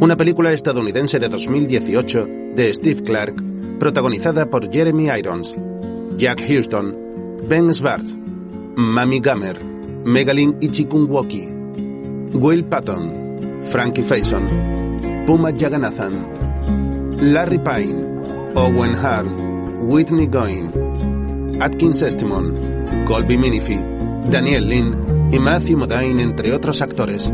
una película estadounidense de 2018 de Steve Clark, protagonizada por Jeremy Irons, Jack Houston, Ben Svart, Mami Gamer, Megalyn Ichikunwoki, Will Patton, Frankie Faison, Puma Jagannathan, Larry Pine, Owen Hart, Whitney Goin, Atkins Estimon, Colby Minifi, Daniel Lynn y Matthew Modine, entre otros actores.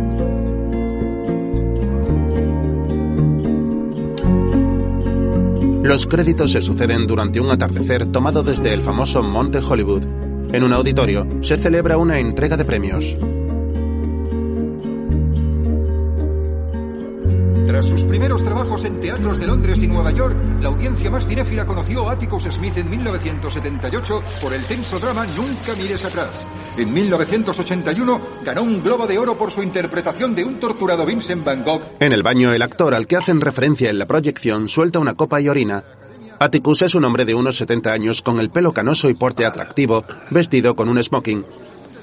Los créditos se suceden durante un atardecer tomado desde el famoso Monte Hollywood. En un auditorio se celebra una entrega de premios. Tras sus primeros trabajos en teatros de Londres y Nueva York, la audiencia más cinéfila conoció a Atticus Smith en 1978 por el tenso drama Nunca mires atrás. En 1981 ganó un Globo de Oro por su interpretación de un torturado Vincent Van Gogh. En el baño, el actor al que hacen referencia en la proyección suelta una copa y orina. Atticus es un hombre de unos 70 años con el pelo canoso y porte atractivo, vestido con un smoking.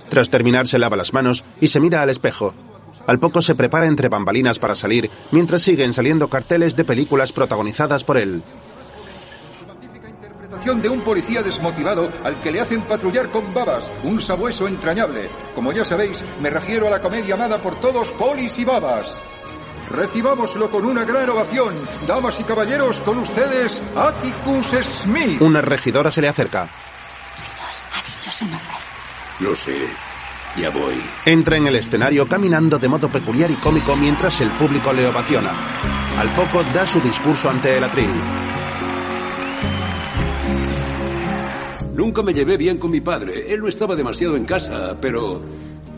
Tras terminar se lava las manos y se mira al espejo. Al poco se prepara entre bambalinas para salir, mientras siguen saliendo carteles de películas protagonizadas por él. Interpretación de un policía desmotivado al que le hacen patrullar con babas, un sabueso entrañable. Como ya sabéis, me refiero a la comedia amada por todos Polis y Babas. Recibámoslo con una gran ovación. Damas y caballeros, con ustedes, Atticus Smith. Una regidora se le acerca. Señor, ha dicho su nombre. Lo sé. Ya voy. Entra en el escenario caminando de modo peculiar y cómico mientras el público le ovaciona. Al poco da su discurso ante el atril. Nunca me llevé bien con mi padre. Él no estaba demasiado en casa, pero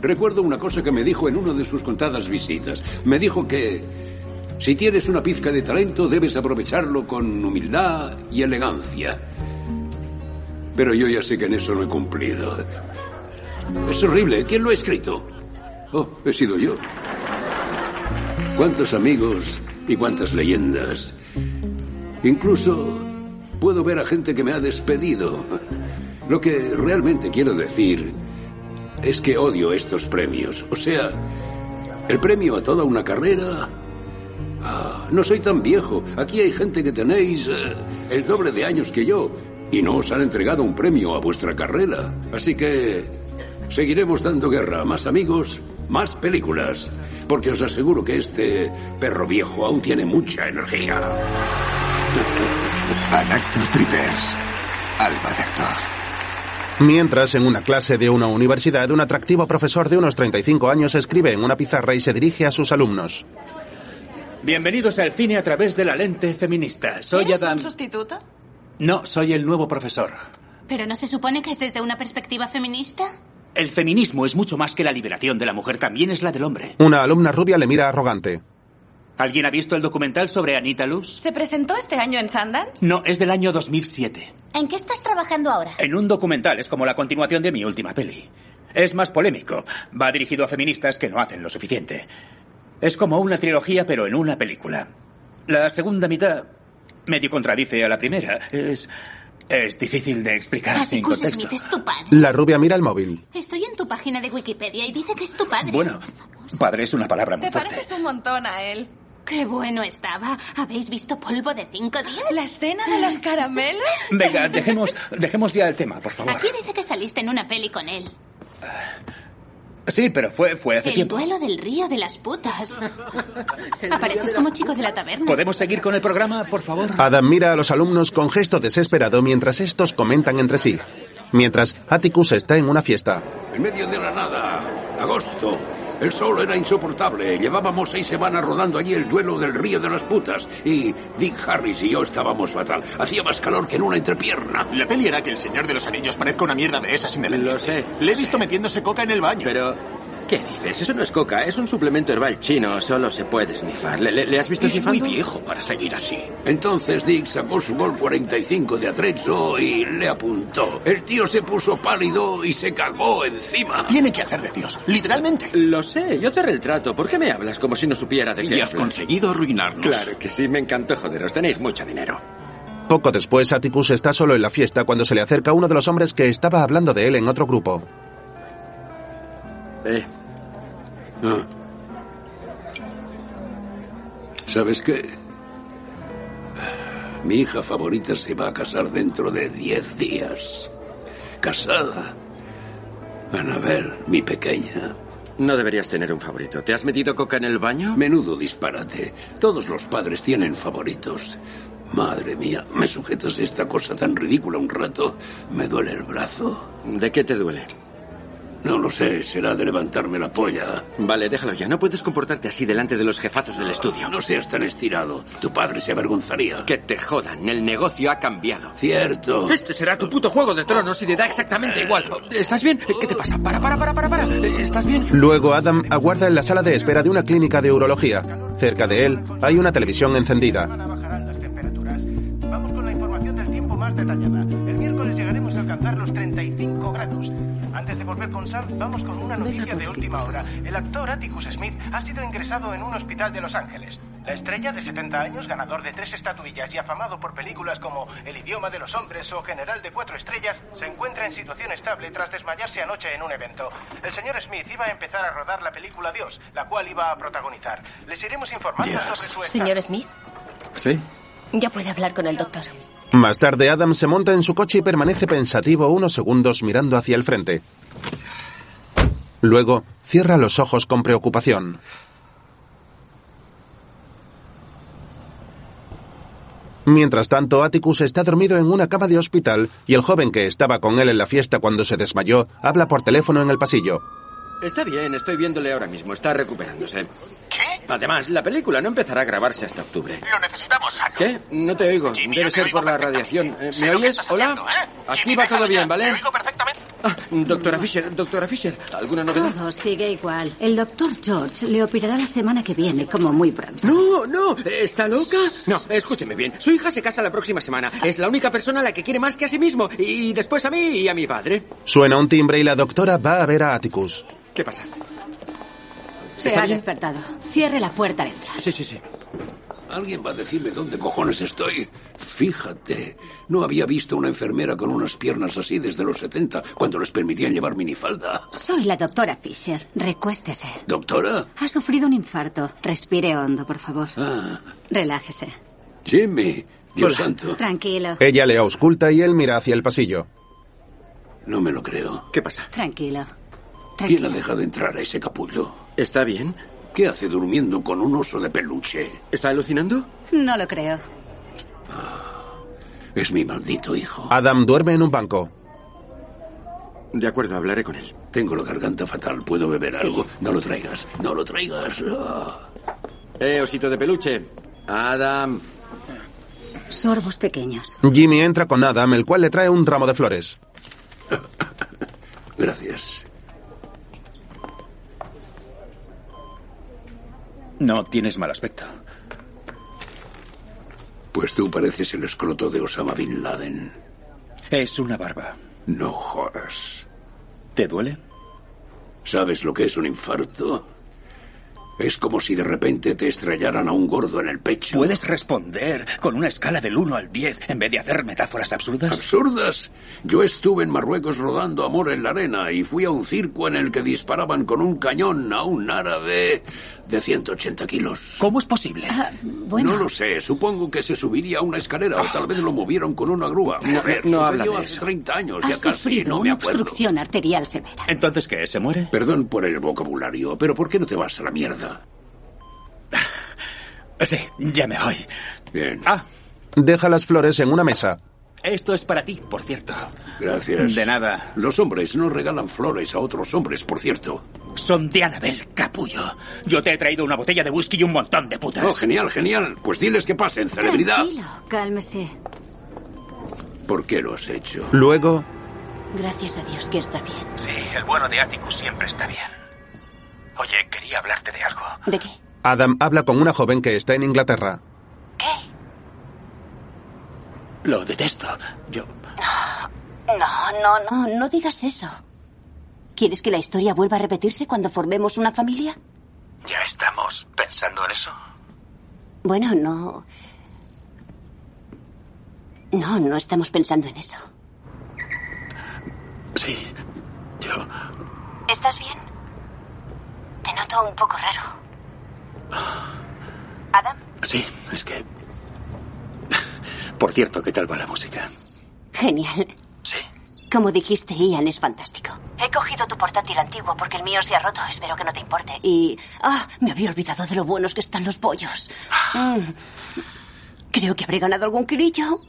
recuerdo una cosa que me dijo en una de sus contadas visitas. Me dijo que si tienes una pizca de talento debes aprovecharlo con humildad y elegancia. Pero yo ya sé que en eso no he cumplido. Es horrible. ¿Quién lo ha escrito? Oh, he sido yo. ¿Cuántos amigos y cuántas leyendas? Incluso puedo ver a gente que me ha despedido. Lo que realmente quiero decir es que odio estos premios. O sea, el premio a toda una carrera... Ah, no soy tan viejo. Aquí hay gente que tenéis eh, el doble de años que yo y no os han entregado un premio a vuestra carrera. Así que Seguiremos dando guerra, más amigos, más películas, porque os aseguro que este perro viejo aún tiene mucha energía. Ad actor privers, alma de actor. Mientras, en una clase de una universidad, un atractivo profesor de unos 35 años escribe en una pizarra y se dirige a sus alumnos. Bienvenidos al cine a través de la lente feminista. Soy ¿Eres Adam. un sustituto? No, soy el nuevo profesor. ¿Pero no se supone que es desde una perspectiva feminista? El feminismo es mucho más que la liberación de la mujer, también es la del hombre. Una alumna rubia le mira arrogante. ¿Alguien ha visto el documental sobre Anita Luz? ¿Se presentó este año en Sundance? No, es del año 2007. ¿En qué estás trabajando ahora? En un documental es como la continuación de mi última peli. Es más polémico. Va dirigido a feministas que no hacen lo suficiente. Es como una trilogía, pero en una película. La segunda mitad medio contradice a la primera. Es. es difícil de Ah, explicar sin Atticus contexto. Smith es tu padre. La rubia mira el móvil. Estoy en tu página de Wikipedia y dice que es tu padre. Bueno, padre es una palabra muy Te fuerte. pareces un montón a él. Qué bueno estaba. ¿Habéis visto polvo de cinco días? Ah. ¿La escena de los caramelos? Venga, dejemos, dejemos ya el tema, por favor. Aquí dice que saliste en una peli con él. Sí, pero fue, fue hace el tiempo. duelo del río de las putas. Apareces como chico de la taberna. ¿Podemos seguir con el programa, por favor? Adam mira a los alumnos con gesto desesperado mientras estos comentan entre sí. Mientras, Atticus está en una fiesta. En medio de la nada, agosto. El sol era insoportable. Llevábamos seis semanas rodando allí el duelo del río de las putas. Y Dick Harris y yo estábamos fatal. Hacía más calor que en una entrepierna. La peli era que el Señor de los Anillos parezca una mierda de esas independientes. Lo sé. Le he visto metiéndose coca en el baño. Pero, ¿qué dices? Eso no es coca, es un suplemento herbal chino, solo se puede snifar. ¿Le, le- le has visto Es muy snifando? viejo para seguir así. Entonces Dick sacó su gol 45 de Atrezzo y le apuntó. El tío se puso pálido y se cagó encima. Tiene que hacer de Dios, literalmente. Lo sé, yo cerré el trato. ¿Por qué me hablas como si no supiera de qué Y has hablas? conseguido arruinarnos. Claro que sí, me encantó joderos. Tenéis mucho dinero. Poco después, Atticus está solo en la fiesta cuando se le acerca uno de los hombres que estaba hablando de él en otro grupo. Eh, Ah. ¿Sabes qué? Mi hija favorita se va a casar dentro de diez días. Casada. Anabel, mi pequeña. No deberías tener un favorito. ¿Te has metido coca en el baño? Menudo disparate. Todos los padres tienen favoritos. Madre mía, me sujetas esta cosa tan ridícula un rato. Me duele el brazo. ¿De qué te duele? No lo sé, será de levantarme la polla. Vale, déjalo ya. No puedes comportarte así delante de los jefatos del estudio. No seas tan estirado. Tu padre se avergonzaría. Que te jodan. El negocio ha cambiado. Cierto. Eh, Este será tu puto juego de tronos y te da exactamente igual. ¿Estás bien? ¿Qué te pasa? Para, para, para, para, para. ¿Estás bien? Luego Adam aguarda en la sala de espera de una clínica de urología. Cerca de él hay una televisión encendida. bajarán las temperaturas. Vamos con la información del tiempo más detallada. El miércoles llegaremos a alcanzar los 35 grados. Antes de volver con Sam, vamos con una noticia de última hora. El actor Atticus Smith ha sido ingresado en un hospital de Los Ángeles. La estrella de 70 años, ganador de tres estatuillas y afamado por películas como El idioma de los hombres o General de cuatro estrellas, se encuentra en situación estable tras desmayarse anoche en un evento. El señor Smith iba a empezar a rodar la película Dios, la cual iba a protagonizar. Les iremos informando sobre su estado. Señor Smith, Sí. ya puede hablar con el doctor. Más tarde Adam se monta en su coche y permanece pensativo unos segundos mirando hacia el frente. Luego cierra los ojos con preocupación. Mientras tanto, Atticus está dormido en una cama de hospital y el joven que estaba con él en la fiesta cuando se desmayó habla por teléfono en el pasillo. Está bien, estoy viéndole ahora mismo. Está recuperándose. ¿Qué? Además, la película no empezará a grabarse hasta octubre. Lo necesitamos sano. ¿Qué? No te oigo. Jimmy, yo Debe te ser oigo por la perfectamente. radiación. Eh, Sé lo ¿Me que oyes? estás Hola. haciendo, ¿eh? Aquí Jimmy, va todo déjame ya, bien, ¿vale? Te oigo perfectamente. Ah. Ah, doctora Fisher, doctora Fisher, ¿alguna novedad? Todo sigue igual. El doctor George le operará la semana que viene, como muy pronto. No, no, ¿está loca? No, escúcheme bien. Su hija se casa la próxima semana. Es la única persona a la que quiere más que a sí mismo. Y después a mí y a mi padre. Suena un timbre y la doctora va a ver a Atticus. ¿Qué pasa? Se ¿Está ha bien? despertado. Cierre la puerta al entrar. Sí, sí, sí. Alguien va a decirme dónde cojones estoy. Fíjate, no había visto una enfermera con unas piernas así desde los 70, cuando les permitían llevar minifalda. Soy la doctora Fisher. Recuéstese. ¿Doctora? Ha sufrido un infarto. Respire hondo, por favor. Ah, Relájese. Jimmy, Dios santo. Tranquilo, Ella le ausculta y él mira hacia el pasillo. No me lo creo. ¿Qué pasa? tranquilo. ¿Quién la Tranquilo. deja de entrar a ese capullo? ¿Está bien? ¿Qué hace durmiendo con un oso de peluche? ¿Está alucinando? No lo creo. Es mi maldito hijo. Adam duerme en un banco. De acuerdo, hablaré con él. Tengo la garganta fatal, puedo beber Sí. algo. No lo traigas, no lo traigas. Ah. Eh, osito de peluche. Adam. Sorbos pequeños. Jimmy entra con Adam, el cual le trae un ramo de flores. Gracias. No tienes mal aspecto. Pues tú pareces el escroto de Osama Bin Laden. Es una barba. No jodas. ¿Te duele? ¿Sabes lo que es un infarto? Es como si de repente te estrellaran a un gordo en el pecho. ¿Puedes responder con una escala del 1 al 10 en vez de hacer metáforas absurdas? Absurdas. Yo estuve en Marruecos rodando Amor en la Arena y fui a un circo en el que disparaban con un cañón a un árabe de 180 kilos. ¿Cómo es posible? Ah, bueno, No lo sé, supongo que se subiría a una escalera o tal vez lo movieron con una grúa. No, Joder, no sucedió habla de hace eso. 30 años, ha ya casi, sufrido no me una acuerdo. obstrucción arterial severa. Entonces, ¿qué? ¿Se muere? Perdón por el vocabulario, pero ¿por qué no te vas a la mierda? Ah, Sí, ya me voy. Bien, Ah, Deja las flores en una mesa. esto es para ti, por cierto. gracias. De nada. Los hombres no regalan flores a otros hombres, por cierto. Son de Anabel, capullo. Yo te he traído una botella de whisky y un montón de putas. Oh, genial, genial. Pues diles que pasen, celebridad. Tranquilo, cálmese. ¿Por qué lo has hecho? Luego, Gracias a Dios que está bien. Sí, el bueno de Atticus siempre está bien. Oye, quería hablarte de algo. ¿De qué? Adam habla con una joven que está en Inglaterra. Lo detesto. Yo. No, no, no, no digas eso. ¿Quieres que la historia vuelva a repetirse cuando formemos una familia? Ya estamos pensando en eso. Bueno, no. No, no estamos pensando en eso. Sí. Yo. ¿Estás bien? Te noto un poco raro. ¿Adam? Sí, es que... Por cierto, ¿qué tal va la música? Genial. Sí. Como dijiste, Ian es fantástico. He cogido tu portátil antiguo porque el mío se ha roto. Espero que no te importe. Y... Ah, me había olvidado de lo buenos que están los bollos. Mm. Creo que habré ganado algún kirillo.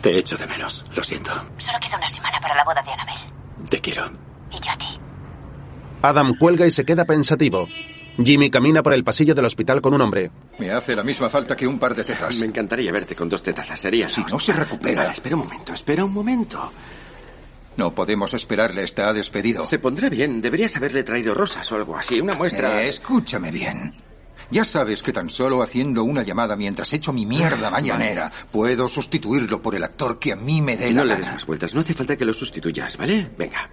Te echo de menos, lo siento. Solo queda una semana para la boda de Annabel. Te quiero. Y yo a ti. Adam cuelga y se queda pensativo. Jimmy camina por el pasillo del hospital con un hombre. Me hace la misma falta que un par de tetas. Me encantaría verte con dos tetas, sería. Si no se recupera. espera un momento, espera un momento. No podemos esperarle, está despedido. Se pondrá bien, deberías haberle traído rosas o algo así, una muestra. Eh, escúchame bien. Ya sabes que tan solo haciendo una llamada mientras echo mi Ah, mierda mañanera puedo sustituirlo por el actor que a mí me dé la no le gana. des más vueltas, no hace falta que lo sustituyas, ¿vale? Venga.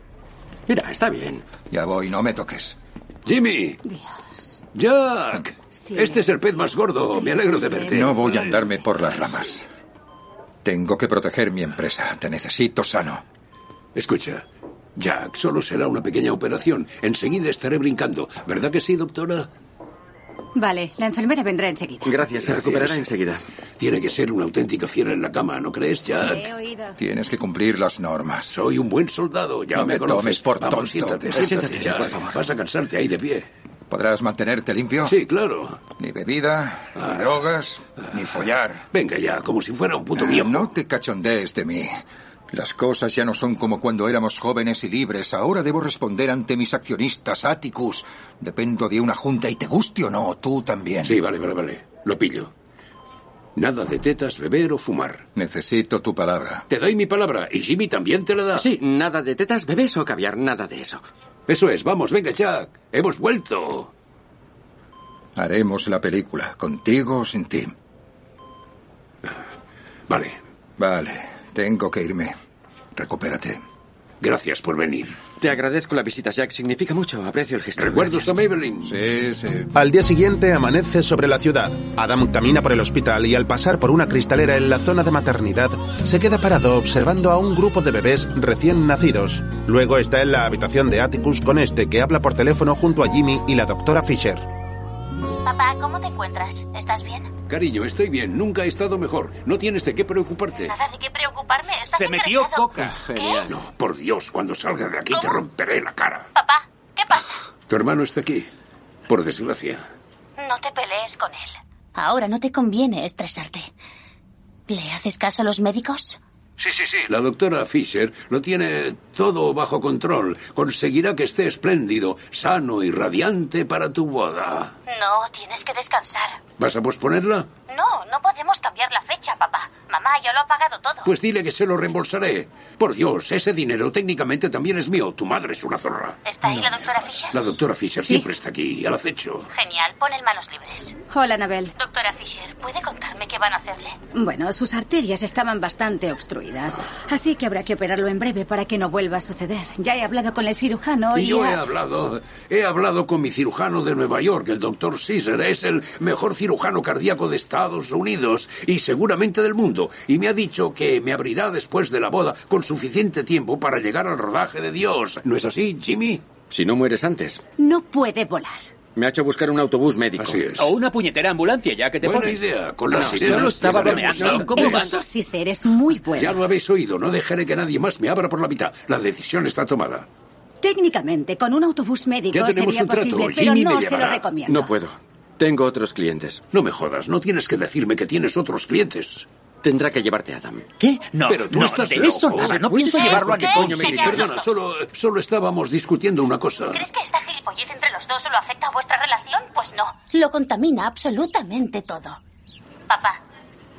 Mira, está bien. Ya voy, no me toques. Jimmy. Jack. Este es el pez más gordo. Me alegro de verte. No voy a andarme por las ramas. Tengo que proteger mi empresa. Te necesito sano. Escucha, Jack, solo será una pequeña operación. Enseguida estaré brincando. ¿Verdad que sí, doctora? Vale, la enfermera vendrá enseguida. Gracias, se recuperará enseguida. Tiene que ser una auténtica fiera en la cama, ¿no crees, Jack? He oído. Tienes que cumplir las normas. Soy un buen soldado, ya No me, me conoces. tomes por Vamos, tonto. Eh, siéntate, Siéntate, siéntate, ya, Jack. por favor. Vas a cansarte ahí de pie. ¿Podrás mantenerte limpio? Sí, claro. Ah. Ni bebida, ni drogas, ni follar. Venga ya, como si fuera un puto Ah, viejo. No te cachondees de mí. Las cosas ya no son como cuando éramos jóvenes y libres. Ahora debo responder ante mis accionistas, Atticus. Dependo de una junta y te guste o no, tú también. Sí, vale, vale, vale. Lo pillo. Nada de tetas, beber o fumar. Necesito tu palabra. Te doy mi palabra y Jimmy también te la da. Sí, nada de tetas, bebés o caviar, nada de eso. Eso es, vamos, venga, Jack. Hemos vuelto. Haremos la película, contigo o sin ti. Vale, Vale, tengo que irme. Recupérate. gracias por venir. Te agradezco la visita, Jack. Significa mucho. Aprecio el gesto. ¿Recuerdos a Gracias. Maybelline? Sí, sí. Al día siguiente amanece sobre la ciudad. Adam camina por el hospital y al pasar por una cristalera en la zona de maternidad, se queda parado observando a un grupo de bebés recién nacidos. Luego está en la habitación de Atticus con este que habla por teléfono junto a Jimmy y la doctora Fisher. Papá, ¿cómo te encuentras? ¿Estás bien? Cariño, estoy bien. Nunca he estado mejor. No tienes de qué preocuparte. Nada de qué preocuparme. Estás ¿Eh? Se metió embarazado. coca. Genial. No, por Dios, cuando salga de aquí te romperé la cara. Ah, Papá, ¿qué pasa? Tu hermano está aquí. Por desgracia. No te pelees con él. Ahora no te conviene estresarte. ¿Le haces caso a los médicos? Sí, sí, sí. La doctora Fisher lo tiene todo bajo control. Conseguirá que esté espléndido, sano y radiante para tu boda. No, tienes que descansar. ¿Vas a posponerla? No, no podemos cambiar la fecha, papá. Mamá ya lo ha pagado todo. Pues dile que se lo reembolsaré. Por Dios, ese dinero técnicamente también es mío. Tu madre es una zorra. ¿Está ahí la doctora Fisher? La doctora Fisher Sí. siempre está aquí, al acecho. Genial, pon el manos libres. Hola, Anabel. Doctora Fisher, ¿puede contarme qué van a hacerle? Bueno, sus arterias estaban bastante obstruidas, así que habrá que operarlo en breve para que no vuelva a suceder. Ya he hablado con el cirujano y... Y yo he ha- hablado, he hablado con mi cirujano de Nueva York, el doctor Caesar, es el mejor cirujano cardíaco de Estados Unidos y seguramente del mundo, y me ha dicho que me abrirá después de la boda con suficiente tiempo para llegar al rodaje de Dios. ¿No es así, Jimmy? Si no mueres antes. No puede volar. Me ha hecho buscar un autobús médico. Así es. O una puñetera ambulancia, ya que te Buena pones. idea, con las No, ideas solo estaba llegaremos bromeando. a- ¿Cómo el vas? doctor Cicer es muy bueno. Ya lo habéis oído, no dejaré que nadie más me abra por la mitad. La decisión está tomada. Técnicamente, con un autobús médico Ya tenemos sería un trato. posible, Jimmy me pero no se lo llevará. recomiendo. No puedo. Tengo otros clientes. No me jodas, no tienes que decirme que tienes otros clientes. Tendrá que llevarte a Adam. ¿Qué? No, Pero tú no, estás de loco. eso nada. No pienso Sí, llevarlo a que sí, coño me sí, grite. ya. Perdona, solo, solo estábamos discutiendo una cosa. ¿Crees que esta gilipollez entre los dos solo afecta a vuestra relación? Pues no. Lo contamina absolutamente todo. Papá,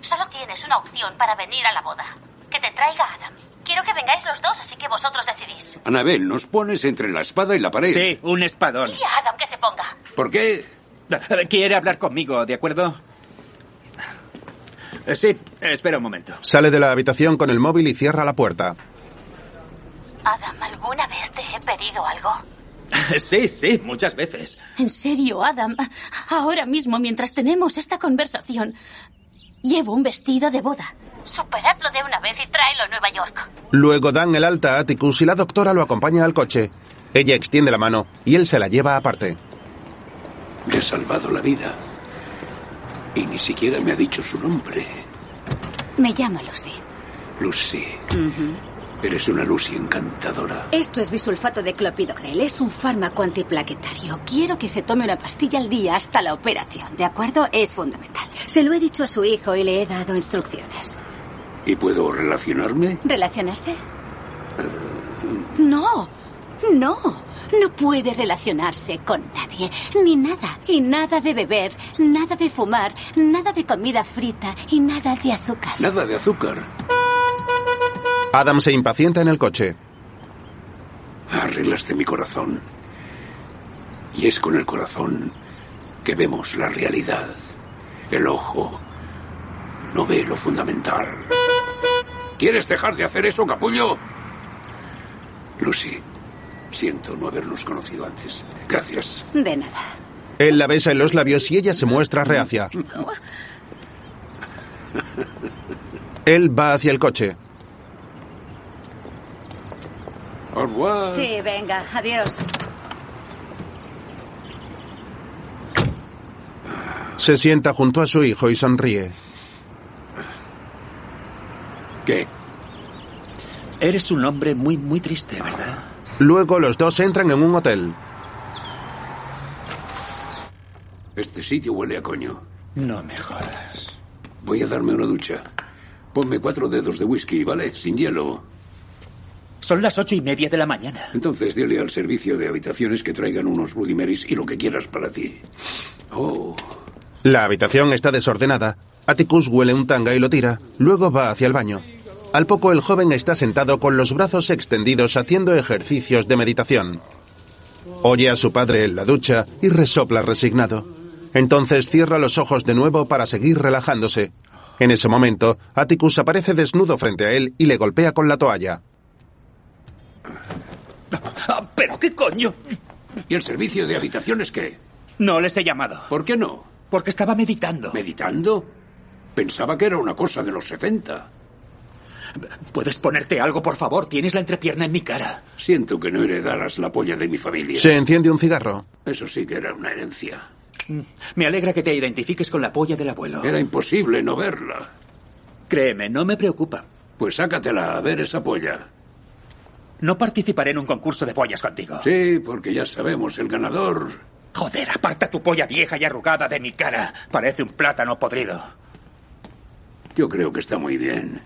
solo tienes una opción para venir a la boda. Que te traiga Adam. Quiero que vengáis los dos, así que vosotros decidís. Anabel, nos pones entre la espada y la pared. Sí, un espadón. Y a Adam que se ponga. ¿Por qué? Quiere hablar conmigo, ¿de acuerdo? Eh, Sí, espera un momento. Sale de la habitación con el móvil y cierra la puerta. Adam, ¿alguna vez te he pedido algo? Sí, sí, muchas veces. En serio, Adam. Ahora mismo, mientras tenemos esta conversación, llevo un vestido de boda. Superadlo de una vez y tráelo a Nueva York. Luego dan el alta a Atticus y la doctora lo acompaña al coche. Ella extiende la mano y él se la lleva aparte. Me he salvado la vida. Y ni siquiera me ha dicho su nombre. Me llamo Lucy. Lucy. Eres una Lucy encantadora. Esto es bisulfato de clopidogrel. Es un fármaco antiplaquetario. Quiero que se tome una pastilla al día hasta la operación, ¿de acuerdo? Es fundamental. Se lo he dicho a su hijo y le he dado instrucciones. ¿Y puedo relacionarme? ¿Relacionarse? No, no. No puede relacionarse con nadie, ni nada. Y nada de beber, nada de fumar, nada de comida frita y nada de azúcar. Nada de azúcar. Adam se impacienta en el coche. Arreglaste mi corazón. Y es con el corazón que vemos la realidad. El ojo no ve lo fundamental. ¿Quieres dejar de hacer eso, capullo? Lucy, siento no habernos conocido antes. Gracias. De nada. Él la besa en los labios y ella se muestra reacia. Él va hacia el coche. Au Ah. revoir. Sí, venga, adiós. Se sienta junto a su hijo y sonríe. ¿Qué? Eres un hombre muy, muy triste, ¿verdad? Luego los dos entran en un hotel. Este sitio huele a coño. No me jodas. Voy a darme una ducha. Ponme cuatro dedos de whisky, ¿vale? Sin hielo. Son las ocho y media de la mañana. Entonces dile al servicio de habitaciones que traigan unos Bloody Marys y lo que quieras para ti. Oh, La habitación está desordenada. Atticus huele un tanga y lo tira. Luego va hacia el baño. Al poco el joven está sentado con los brazos extendidos haciendo ejercicios de meditación. Oye a su padre en la ducha y resopla resignado. Entonces cierra los ojos de nuevo para seguir relajándose. En ese momento, Atticus aparece desnudo frente a él y le golpea con la toalla. Ah, ¿Pero qué coño? ¿Y el servicio de habitaciones qué? No les he llamado. ¿Por qué no? Porque estaba meditando. ¿Meditando? Pensaba que era una cosa de los 70. ¿Puedes ponerte algo, por favor? Tienes la entrepierna en mi cara. Siento que no heredarás la polla de mi familia. Se enciende un cigarro. Eso sí que era una herencia. Me alegra que te identifiques con la polla del abuelo. Era imposible no verla. Créeme, no me preocupa. Pues sácatela a ver esa polla. No participaré en un concurso de pollas contigo. Sí, porque ya sabemos, el ganador. Joder, aparta tu polla vieja y arrugada de mi cara. Parece un plátano podrido. Yo creo que está muy bien.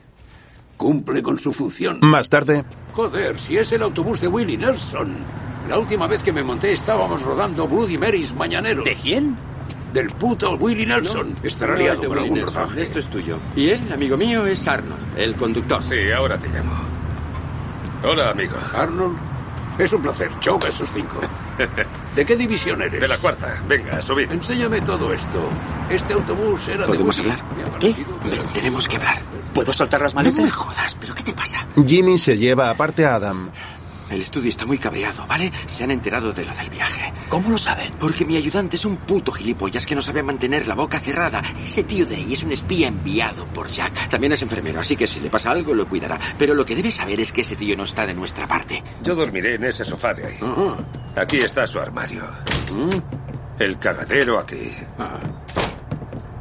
Cumple con su función. Más tarde, Joder, si es el autobús de Willie Nelson. La última vez que me monté estábamos rodando Bloody Marys mañaneros. ¿De quién? Del puto Willie Nelson. Estará No es liado de con Willie algún Nelson, rodaje. Esto es tuyo. Y él, amigo mío, es Arnold, el conductor. Sí, ahora te llamo. Hola, amigo. Arnold, es un placer. Choca esos cinco. ¿De qué división eres? De la cuarta. Venga, subid. Enséñame todo esto. Este autobús era ¿Podemos de Willie. hablar? Me ha ¿Qué? parecido Tenemos que hablar. ¿Puedo soltar las maletas? No me jodas, ¿pero qué te pasa? Jimmy se lleva aparte a Adam. El estudio está muy cabreado, ¿vale? Se han enterado de lo del viaje. ¿Cómo lo saben? Porque mi ayudante es un puto gilipollas que no sabe mantener la boca cerrada. Ese tío de ahí es un espía enviado por Jack. También es enfermero, así que si le pasa algo lo cuidará. Pero lo que debes saber es que ese tío no está de nuestra parte. Oh. Yo dormiré en ese sofá de ahí. Aquí está su armario. Mm, El cagadero aquí.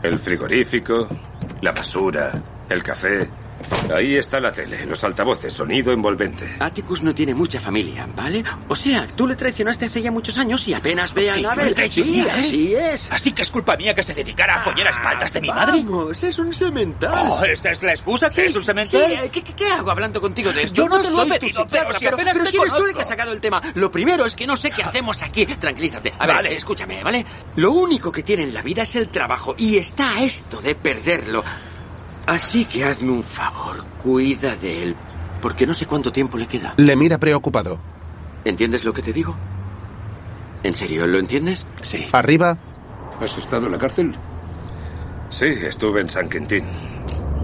El frigorífico, la basura, el café. Ahí está la tele, los altavoces, sonido envolvente. Atticus no tiene mucha familia, ¿vale? O sea, tú le traicionaste hace ya muchos años y apenas ve a ¿Que yo Anabel. le Sí, traicioné a él? así es. ¿Eh? Así que es culpa mía que se dedicara a follar a espaldas de mi madre. Vamos, es un cemental. Oh, ¿Esa es la excusa? ¿Que es un eh. Sí, cementerio? eh, ¿qué, qué- qué hago hablando contigo de esto? Yo no te lo soy he tu pedido, psiquiatra, pero si apenas pero te si eres tú el conozco. que ha sacado el tema. Lo primero es que no sé qué hacemos aquí. Tranquilízate. A ver, Vale. escúchame, ¿vale? Lo único que tiene en la vida es el trabajo y está a esto de perderlo. Así que hazme un favor, cuida de él, porque no sé cuánto tiempo le queda. Le mira preocupado. ¿Entiendes lo que te digo? ¿En serio, lo entiendes? Sí. Arriba, ¿Has estado en la cárcel? Sí, estuve en San Quintín.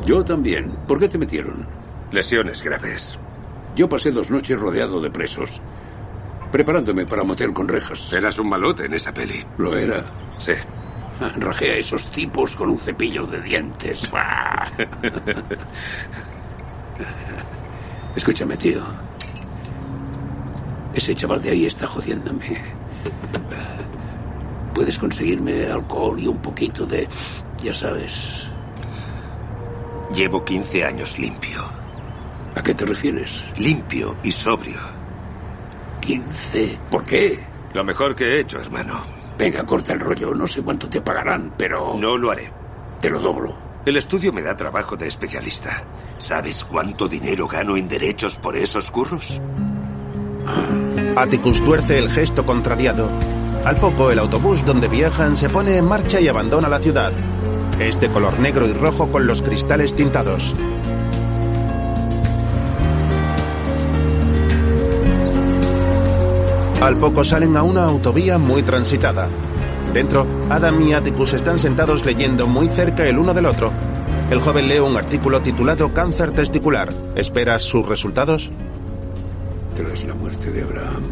Yo también. ¿Por qué te metieron? Lesiones graves. Yo pasé dos noches rodeado de presos, preparándome para motel con rejas. Eras un malote en esa peli. Lo era. Sí. Rajé a Ah, esos tipos con un cepillo de dientes. Buah. Escúchame, tío. Ese chaval de ahí está jodiéndome. ¿Puedes conseguirme alcohol y un poquito de Ya sabes. Llevo 15 años limpio. ¿A qué te refieres? Limpio y sobrio. 15. ¿Por qué? Lo mejor que he hecho, hermano. Venga, corta el rollo. No sé cuánto te pagarán, pero... No lo haré. Te lo doblo. El estudio me da trabajo de especialista. ¿Sabes cuánto dinero gano en derechos por esos curros? Atticus tuerce el gesto contrariado. Al poco, el autobús donde viajan se pone en marcha y abandona la ciudad. Es de color negro y rojo con los cristales tintados. Al poco salen a una autovía muy transitada. Dentro, Adam y Atticus están sentados leyendo muy cerca el uno del otro. El joven lee un artículo titulado Cáncer testicular. ¿Esperas sus resultados? Tras la muerte de Abraham,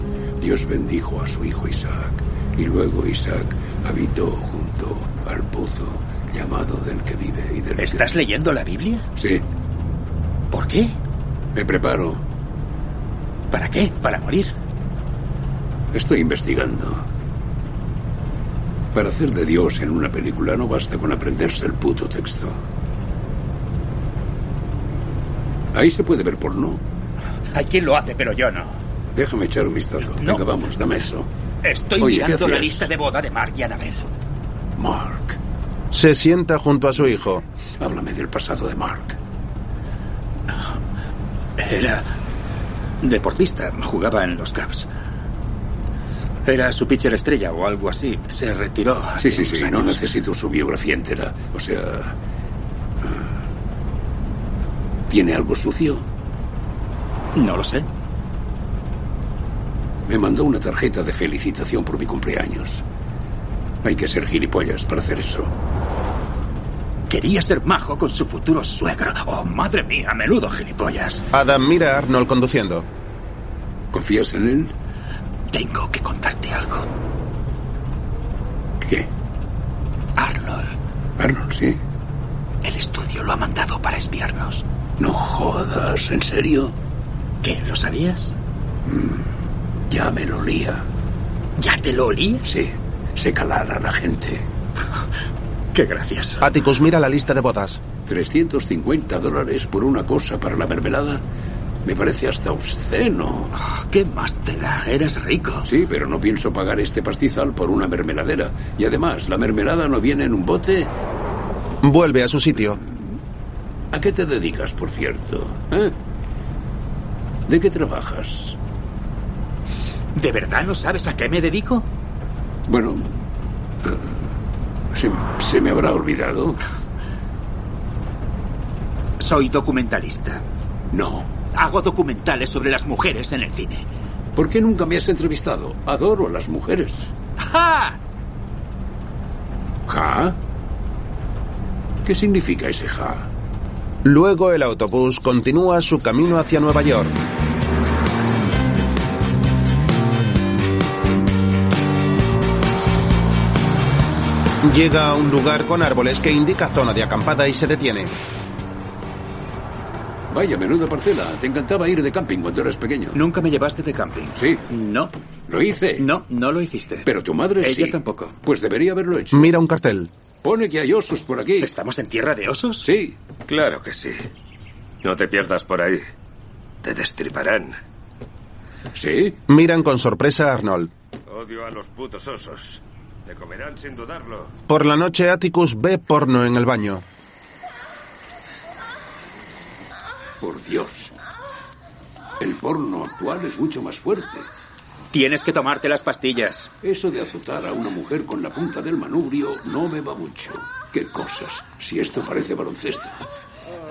Dios bendijo a su hijo Isaac, y luego Isaac habitó junto al pozo llamado del que vive y del que- ¿Estás leyendo la Biblia? Sí, ¿Por qué? me preparo. ¿Para qué? ¿Para morir? Estoy investigando. Para hacer de Dios en una película no basta con aprenderse el puto texto. Ahí se puede ver porno. Hay quien lo hace, pero yo no. Déjame echar un vistazo. Venga, vamos, dame eso. Estoy Oye, ¿qué mirando la hacías? lista de boda de Mark y Annabel. Se sienta junto a su hijo. Háblame del pasado de Mark. Ah, Era deportista, jugaba en los Cavs. Era su pitcher estrella o algo así. Se retiró. Sí, hace sí, unos sí, no años. necesito su biografía entera. O sea... Ah, ¿Tiene algo sucio? No lo sé. Me mandó una tarjeta de felicitación por mi cumpleaños. Hay que ser gilipollas para hacer eso. Quería ser majo con su futuro suegro. Oh, madre mía, menudo gilipollas. Adam mira a Arnold conduciendo. ¿Confías en él? Tengo que contarte algo. ¿Qué? Arnold. Arnold, sí. El estudio lo ha mandado para espiarnos. No jodas, ¿en serio? ¿Qué? ¿Lo sabías? Mm, Ya me lo olía. ¿Ya te lo olí? Sí, se calara la gente. Qué gracioso. Atticus mira la lista de bodas. 350 dólares por una cosa para la mermelada. Me parece hasta obsceno. Ah, ¿Qué más te da? Eres rico. Sí, pero no pienso pagar este pastizal por una mermeladera. Y además, la mermelada no viene en un bote. Vuelve a su sitio. ¿A qué te dedicas, por cierto? ¿Eh? ¿De qué trabajas? ¿De verdad no sabes a qué me dedico? Bueno, eh, se, se me habrá olvidado. Soy documentalista. No. Hago documentales sobre las mujeres en el cine. ¿Por qué nunca me has entrevistado? Adoro a las mujeres. ¡Ja! ¿Ja? ¿Qué significa ese ja? Luego el autobús continúa su camino hacia Nueva York. Llega a un lugar con árboles que indica zona de acampada y se detiene. Vaya, menuda parcela. Te encantaba ir de camping cuando eras pequeño. ¿Nunca me llevaste de camping? Sí. No. Lo hice. No, no lo hiciste. Pero tu madre Ella sí. tampoco. Pues debería haberlo hecho. Mira un cartel. Pone que hay osos por aquí. ¿Estamos en tierra de osos? Sí. Claro que sí. No te pierdas por ahí. Te destriparán. ¿Sí? Miran con sorpresa a Arnold. Odio a los putos osos. Te comerán sin dudarlo. Por la noche Atticus ve porno en el baño. Por Dios. El porno actual es mucho más fuerte. Tienes que tomarte las pastillas. Eso de azotar a una mujer con la punta del manubrio no me va mucho. Qué cosas. Si esto parece baloncesto.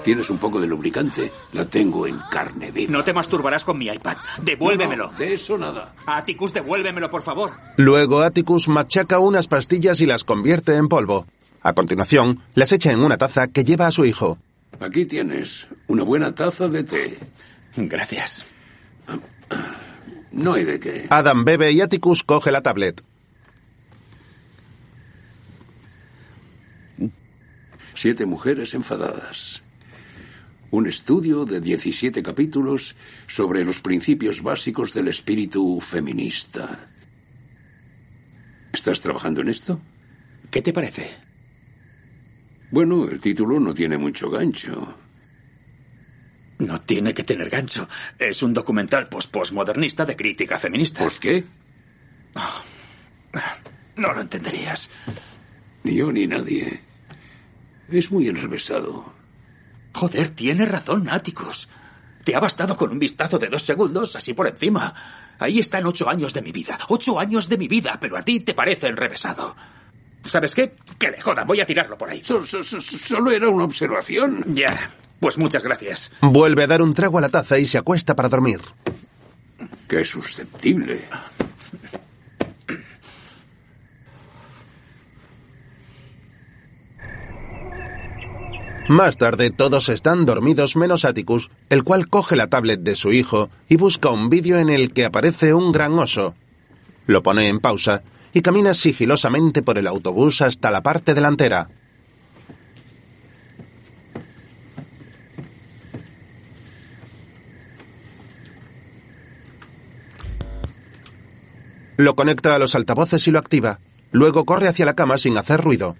¿Tienes un poco de lubricante? La tengo en carne viva. No te masturbarás con mi iPad. Devuélvemelo. No, de eso nada. Atticus, devuélvemelo, por favor. Luego Atticus machaca unas pastillas y las convierte en polvo. A continuación, las echa en una taza que lleva a su hijo. Aquí tienes una buena taza de té. Gracias. No hay de qué. Adam bebe y Atticus coge la tablet. Siete mujeres enfadadas. Un estudio de 17 capítulos sobre los principios básicos del espíritu feminista. ¿Estás trabajando en esto? ¿Qué te parece? Bueno, el título no tiene mucho gancho. No tiene que tener gancho. Es un documental post-postmodernista de crítica feminista. ¿Pues qué? No lo entenderías. Ni yo ni nadie. Es muy enrevesado. Joder, tiene razón, Áticos. Te ha bastado con un vistazo de dos segundos, así por encima. Ahí están ocho años de mi vida. Ocho años de mi vida, pero a ti te parece enrevesado. ¿Sabes qué? Que le jodan, voy a tirarlo por ahí. Solo era una observación. Ya. Pues muchas gracias. Vuelve a dar un trago a la taza y se acuesta para dormir. Qué susceptible. Más tarde todos están dormidos menos Atticus, el cual coge la tablet de su hijo y busca un vídeo en el que aparece un gran oso. Lo pone en pausa y camina sigilosamente por el autobús hasta la parte delantera. Lo conecta a los altavoces y lo activa. Luego corre hacia la cama sin hacer ruido.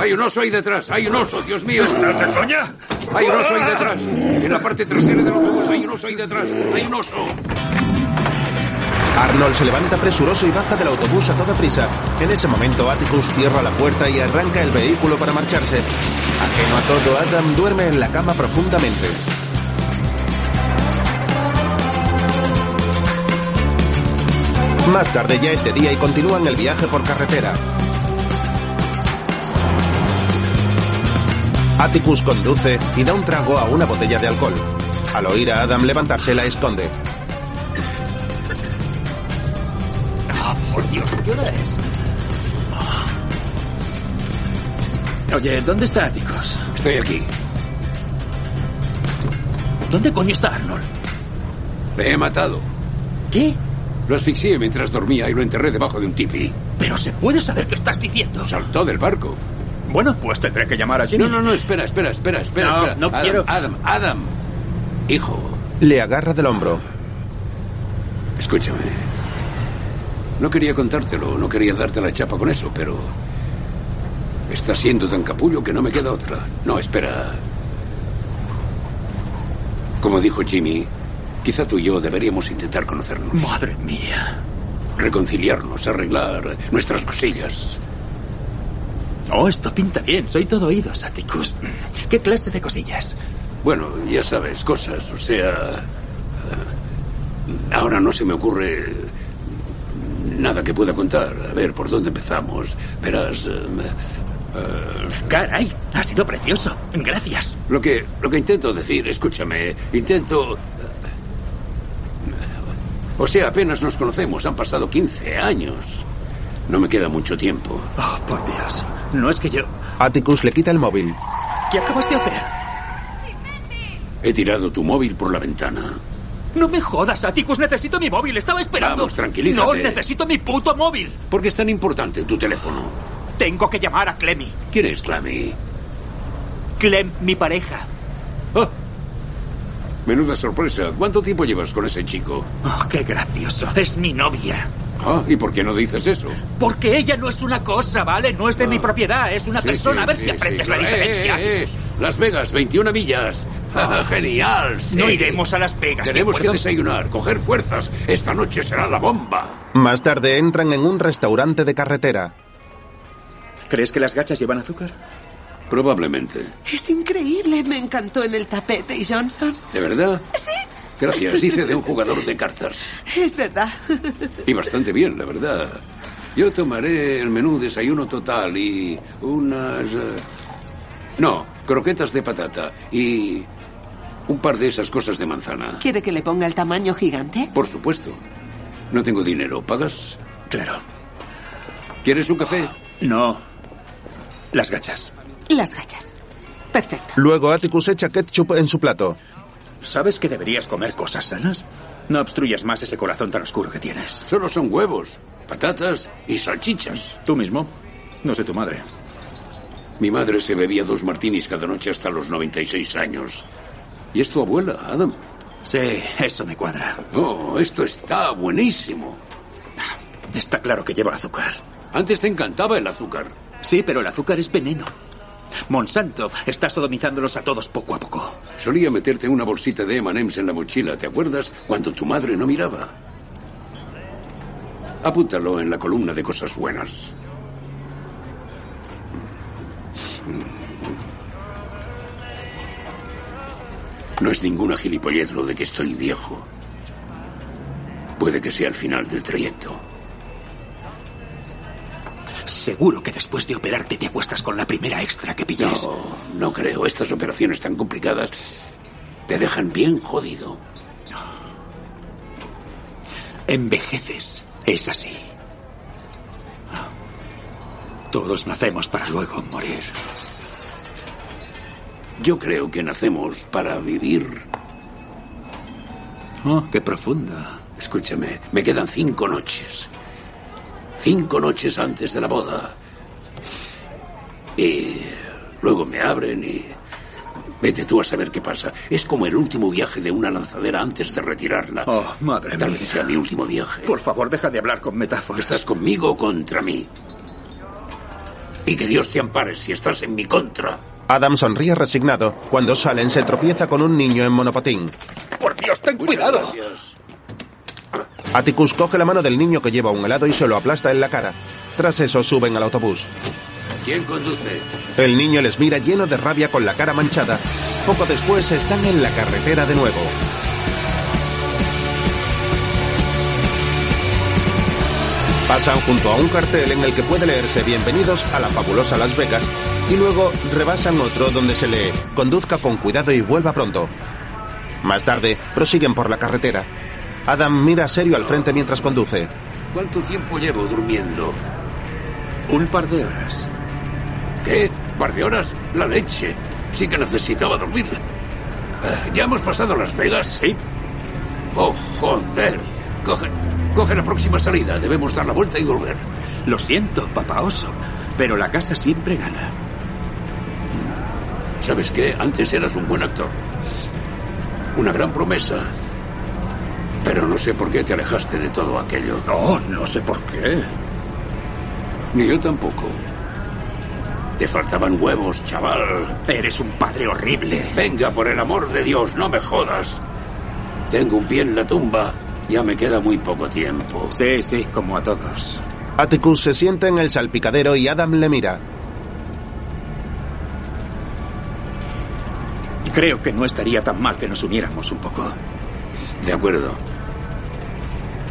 Hay un oso ahí detrás, hay un oso, Dios mío. ¿Estás de coña? Hay un oso ahí detrás. En la parte trasera del autobús hay un oso ahí detrás. Hay un oso. Arnold se levanta presuroso y baja del autobús a toda prisa. En ese momento, Atticus cierra la puerta y arranca el vehículo para marcharse. Ajeno a todo, Adam duerme en la cama profundamente. Más tarde ya es de día y continúan el viaje por carretera. Atticus conduce y da un trago a una botella de alcohol. Al oír a Adam levantarse, la esconde. Ah, por Dios, ¿qué hora es? Oye, ¿dónde está Áticos? Estoy aquí. ¿Dónde coño está Arnold? Le he matado. ¿Qué? Lo asfixié mientras dormía y lo enterré debajo de un tipi. Pero se puede saber qué estás diciendo. Saltó del barco. Bueno, pues tendré que llamar a Jimmy. No, no, no, espera, espera, espera, espera. No, espera. no Adam, quiero- Adam, Adam. Hijo, Le agarra del hombro. escúchame. No quería contártelo, no quería darte la chapa con eso, pero. Estás siendo tan capullo que no me queda otra. No, espera. Como dijo Jimmy, quizá tú y yo deberíamos intentar conocernos. Madre mía. Reconciliarnos, arreglar nuestras cosillas. Oh, esto pinta bien. Soy todo oídos, Áticos. ¿Qué clase de cosillas? Bueno, ya sabes, cosas, o sea... eh, Ahora no se me ocurre nada que pueda contar. A ver, ¿por dónde empezamos? Verás... eh, eh, Caray, ha sido precioso. Gracias. lo, que, lo que intento decir, escúchame, intento... O sea, apenas nos conocemos, han pasado 15 años. No me queda mucho tiempo. Oh, por Dios. No es que yo... Atticus le quita el móvil. ¿Qué acabas de hacer? He tirado tu móvil por la ventana. No me jodas, Atticus. Necesito mi móvil. Estaba esperando. Vamos, tranquilízate. No, necesito mi puto móvil. ¿Por qué es tan importante tu teléfono? Tengo que llamar a Clemmy. ¿Quién es Clammy? Clem, mi pareja. Menuda sorpresa. ¿Cuánto tiempo llevas con ese chico? Oh, qué gracioso. Es mi novia. Ah, ¿y por qué no dices eso? Porque ella no es una cosa, ¿vale? No es de mi propiedad, es una Sí, persona. sí, a ver sí, si sí, aprendes claro. la diferencia. Ah. Eh, eh, eh. Las Vegas, 21 millas. Ah, Genial. sí. No iremos a Las Vegas. ¿de Tenemos que acuerdo? desayunar, coger fuerzas. Esta noche será la bomba. Más tarde entran en un restaurante de carretera. eh. ¿Crees que las gachas llevan azúcar? Probablemente. Es increíble, me encantó en el tapete, Johnson. ¿De verdad? Sí. Gracias, dice de un jugador de cartas. Es verdad. Y bastante bien, la verdad. Yo tomaré el menú desayuno total y unas... eh, No, croquetas de patata y un par de esas cosas de manzana. ¿Quiere que le ponga el tamaño gigante? Por supuesto. No tengo dinero. ¿Pagas? Claro. ¿Quieres un café? No. Las gachas. Las gachas. Perfecto. Luego Atticus echa ketchup en su plato. ¿Sabes que deberías comer cosas sanas? No obstruyas más ese corazón tan oscuro que tienes. Solo son huevos, patatas y salchichas. Tú mismo. No sé tu madre. Mi madre se bebía dos martinis cada noche hasta los 96 años. ¿Y es tu abuela, Adam? Sí, eso me cuadra. Oh, esto está buenísimo. Está claro que lleva azúcar. Antes te encantaba el azúcar. Sí, pero el azúcar es veneno. Monsanto está sodomizándolos a todos poco a poco. Solía meterte una bolsita de M&M's en la mochila, ¿te acuerdas? Cuando tu madre no miraba. Apúntalo en la columna de cosas buenas. No es ninguna gilipollez lo de que estoy viejo. Puede que sea el final del trayecto. Seguro que después de operarte te acuestas con la primera extra que pillas. No, no creo. Estas operaciones tan complicadas te dejan bien jodido. Envejeces. Es así. Todos nacemos para luego morir. Yo creo que nacemos para vivir. Oh, Ah. qué profunda. Escúchame, me quedan cinco noches. Cinco noches antes de la boda. Y luego me abren y... Vete tú a saber qué pasa. Es como el último viaje de una lanzadera antes de retirarla. Oh, madre Tal mía. vez sea mi último viaje. Por favor, deja de hablar con metáforas. ¿Estás conmigo o contra mí? Y que Dios te ampare si estás en mi contra. Adam sonríe resignado. Cuando salen, se tropieza con un niño en monopatín. Por Dios, ten cuidado. Atticus coge la mano del niño que lleva un helado y se lo aplasta en la cara. Tras eso, suben al autobús. ¿Quién conduce? El niño les mira lleno de rabia con la cara manchada. Poco después están en la carretera de nuevo. Pasan junto a un cartel en el que puede leerse Bienvenidos a la fabulosa Las Vegas y luego rebasan otro donde se lee Conduzca con cuidado y vuelva pronto. Más tarde, prosiguen por la carretera. Adam mira serio al frente mientras conduce. ¿Cuánto tiempo llevo durmiendo? Un par de horas. ¿Qué? ¿Par de horas? La leche. Sí que necesitaba dormir. Ah, ¿Ya hemos pasado Las Vegas? Sí. Oh, joder. Coge, coge la próxima salida. Debemos dar la vuelta y volver. Lo siento, papá oso, pero la casa siempre gana. ¿Sabes qué? Antes eras un buen actor. Una gran promesa. Pero no sé por qué te alejaste de todo aquello. No, no sé por qué. Ni yo tampoco. Te faltaban huevos, chaval. Eres un padre horrible. Venga, por el amor de Dios, no me jodas. Tengo un pie en la tumba. Ya me queda muy poco tiempo. Sí, sí, como a todos. Atticus se sienta en el salpicadero y Adam le mira. Creo que no estaría tan mal que nos uniéramos un poco. De acuerdo.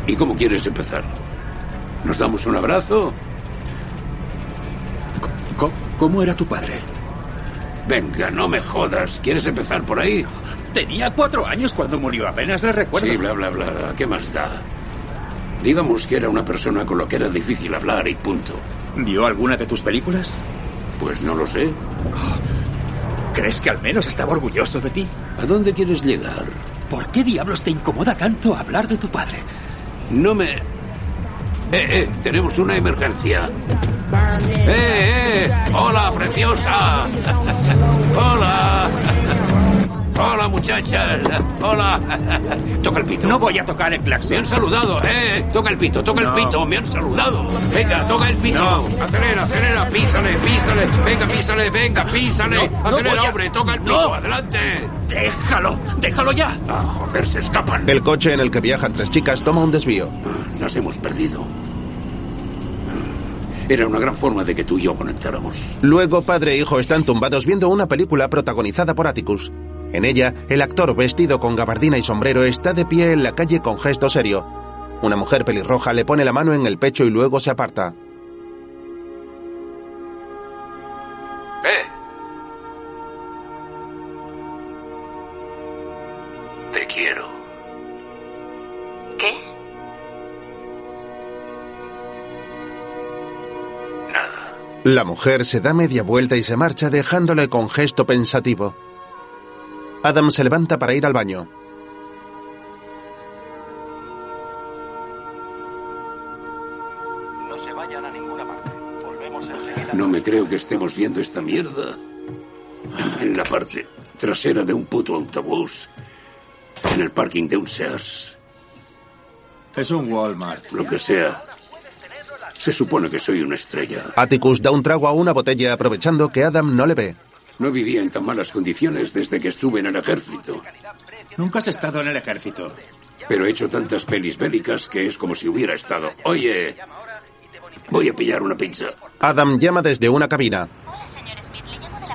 ¿Y cómo quieres empezar? ¿Nos damos un abrazo? Co- ¿Cómo era tu padre? Venga, no me jodas. ¿Quieres empezar por ahí? Tenía cuatro años cuando murió, apenas le recuerdo. Sí, bla, bla, bla. ¿Qué más da? Digamos que era una persona con la que era difícil hablar y punto. ¿Vio alguna de tus películas? Pues no lo sé. ¿Crees que al menos estaba orgulloso de ti? ¿A dónde quieres llegar? ¿Por qué diablos te incomoda tanto hablar de tu padre? No me... Eh, eh, tenemos una emergencia. ¡Eh, eh! ¡Hola, preciosa! ¡Hola! ¡Hola, muchachas! ¡Hola! Toca el pito. No voy a tocar el Me claxon. han saludado, eh. Toca el pito, toca No. el pito, me han saludado. Venga, toca el pito. No. Acelera, acelera, písale, písale. Venga, písale, venga, písale. No, no acelera, voy a- hombre, toca el No. pito, adelante. Déjalo, déjalo ya. Ah, joder, se escapan. El coche en el que viajan tres chicas toma un desvío. Nos hemos perdido. Era una gran forma de que tú y yo conectáramos. Luego, padre e hijo están tumbados viendo una película protagonizada por Atticus. En ella, el actor vestido con gabardina y sombrero está de pie en la calle con gesto serio. Una mujer pelirroja le pone la mano en el pecho y luego se aparta. ¡Eh! Te quiero. ¿Qué? La mujer se da media vuelta y se marcha dejándole con gesto pensativo. Adam se levanta para ir al baño. No se vayan a ninguna parte. Volvemos enseguida. No me creo que estemos viendo esta mierda. En la parte trasera de un puto autobús. En el parking de un Sears. Es un Walmart. Lo que sea. Se supone que soy una estrella. Atticus da un trago a una botella aprovechando que Adam no le ve. No vivía en tan malas condiciones desde que estuve en el ejército. Nunca has estado en el ejército. Pero he hecho tantas pelis bélicas que es como si hubiera estado. Oye, voy a pillar una pizza. Adam llama desde una cabina.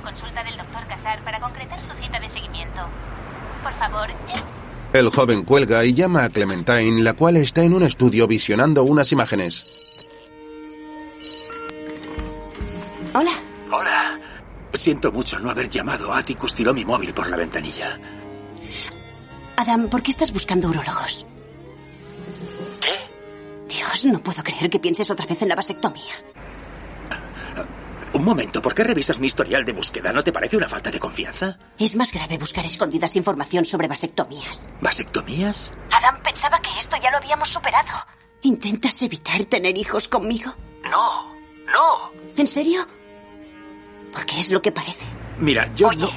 Consulta del doctor Casar para concretar su cita de seguimiento. Por favor, ya- El joven cuelga y llama a Clementine, la cual está en un estudio visionando unas imágenes. Hola. Hola. Siento mucho no haber llamado. Atticus tiró mi móvil por la ventanilla. Adam, ¿por qué estás buscando urólogos? ¿Qué? Dios, no puedo creer que pienses otra vez en la vasectomía. Un momento, ¿por qué revisas mi historial de búsqueda? ¿No te parece una falta de confianza? Es más grave buscar escondidas información sobre vasectomías. ¿Vasectomías? Adam, Ah, pensaba que esto ya lo habíamos superado. ¿Intentas evitar tener hijos conmigo? No, no. ¿En serio? Porque es lo que parece. Mira, yo no.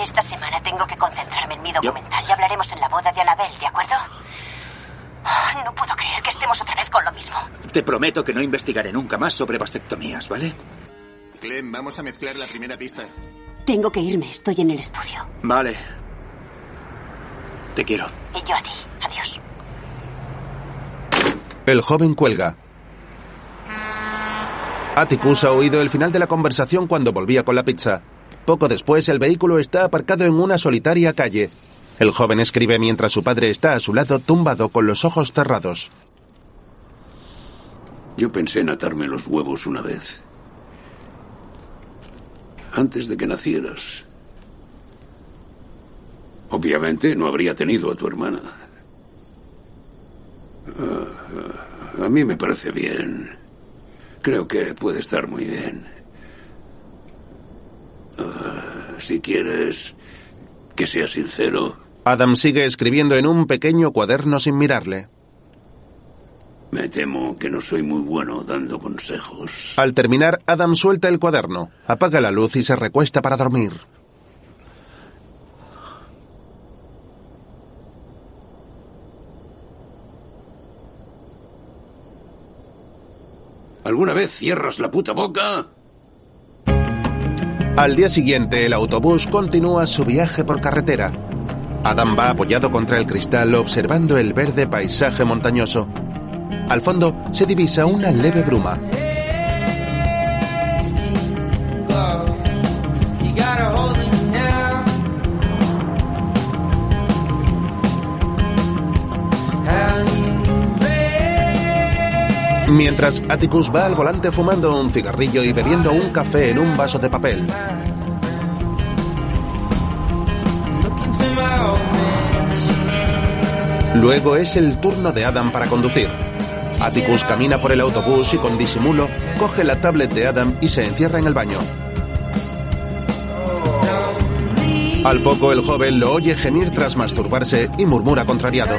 Esta semana tengo que concentrarme en mi documental y hablaremos en la boda de Anabel, ¿de acuerdo? Ah, No puedo creer que estemos otra vez con lo mismo. Te prometo que no investigaré nunca más sobre vasectomías, ¿vale? Clem, vamos a mezclar la primera pista. Tengo que irme, estoy en el estudio. Vale. Te quiero. Y yo a ti. Adiós. El joven cuelga. Atticus ha oído el final de la conversación cuando volvía con la pizza. Poco después, el vehículo está aparcado en una solitaria calle. El joven escribe mientras su padre está a su lado, tumbado con los ojos cerrados. Yo pensé en atarme los huevos una vez. Antes de que nacieras. Obviamente no habría tenido a tu hermana. Ah, a mí me parece bien. Creo que puede estar muy bien. Ah, si quieres que sea sincero, Adam sigue escribiendo en un pequeño cuaderno sin mirarle. me temo que no soy muy bueno dando consejos. Al terminar, Adam suelta el cuaderno, apaga la luz y se recuesta para dormir. ¿Alguna vez cierras la puta boca? Al día siguiente, el autobús continúa su viaje por carretera. Adam va apoyado contra el cristal observando el verde paisaje montañoso. Al fondo se divisa una leve bruma. You got a hold of me now. How you Mientras Atticus va al volante fumando un cigarrillo y bebiendo un café en un vaso de papel. looking through my old Luego es el turno de Adam para conducir. Atticus camina por el autobús y con disimulo coge la tablet de Adam y se encierra en el baño. Al poco el joven lo oye gemir tras masturbarse y murmura contrariado.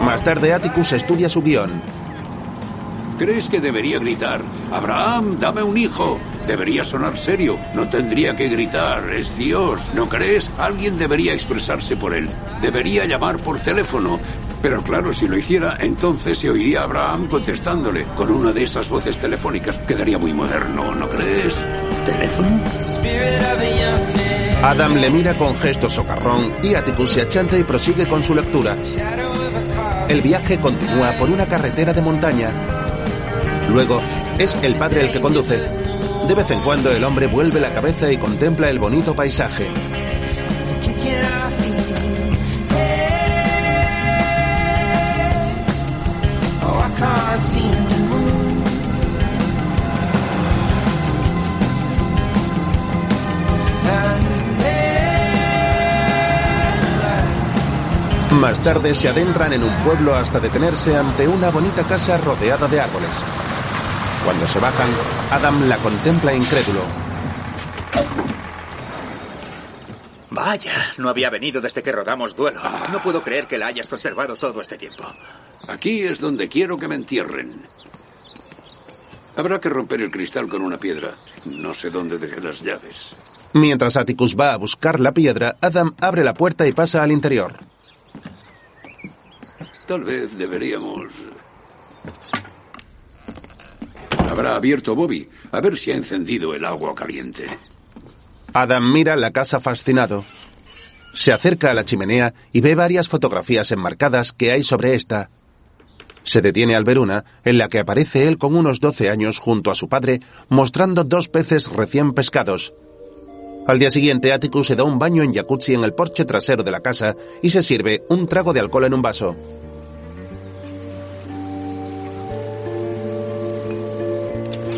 Más tarde Atticus estudia su guión. ¿Crees que debería gritar? Abraham, dame un hijo. Debería sonar serio. No tendría que gritar. Es Dios. ¿No crees? Alguien debería expresarse por él. Debería llamar por teléfono. Pero claro, si lo hiciera, entonces se oiría a Abraham contestándole con una de esas voces telefónicas. Quedaría muy moderno, ¿no crees? ¿Teléfono? spirit of a young man. Adam le mira con gesto socarrón y Atticus se achanta y prosigue con su lectura. El viaje continúa por una carretera de montaña. Luego, es el padre el que conduce. De vez en cuando el hombre vuelve la cabeza y contempla el bonito paisaje. Kicking our feet. Hey. Oh, I can't seem to move. And Más tarde se adentran en un pueblo hasta detenerse ante una bonita casa rodeada de árboles. Cuando se bajan, Adam la contempla incrédulo. Vaya, no había venido desde que rodamos duelo. Ah. No puedo creer que la hayas conservado todo este tiempo. Aquí es donde quiero que me entierren. Habrá que romper el cristal con una piedra. No sé dónde dejé las llaves. Mientras Atticus va a buscar la piedra, Adam abre la puerta y pasa al interior. Tal vez deberíamos... habrá abierto Bobby. A ver si ha encendido el agua caliente. Adam mira la casa fascinado. Se acerca a la chimenea y ve varias fotografías enmarcadas que hay sobre esta. Se detiene al ver una, en la que aparece él con unos 12 años junto a su padre, mostrando dos peces recién pescados. Al día siguiente, Atticus se da un baño en jacuzzi en el porche trasero de la casa y se sirve un trago de alcohol en un vaso.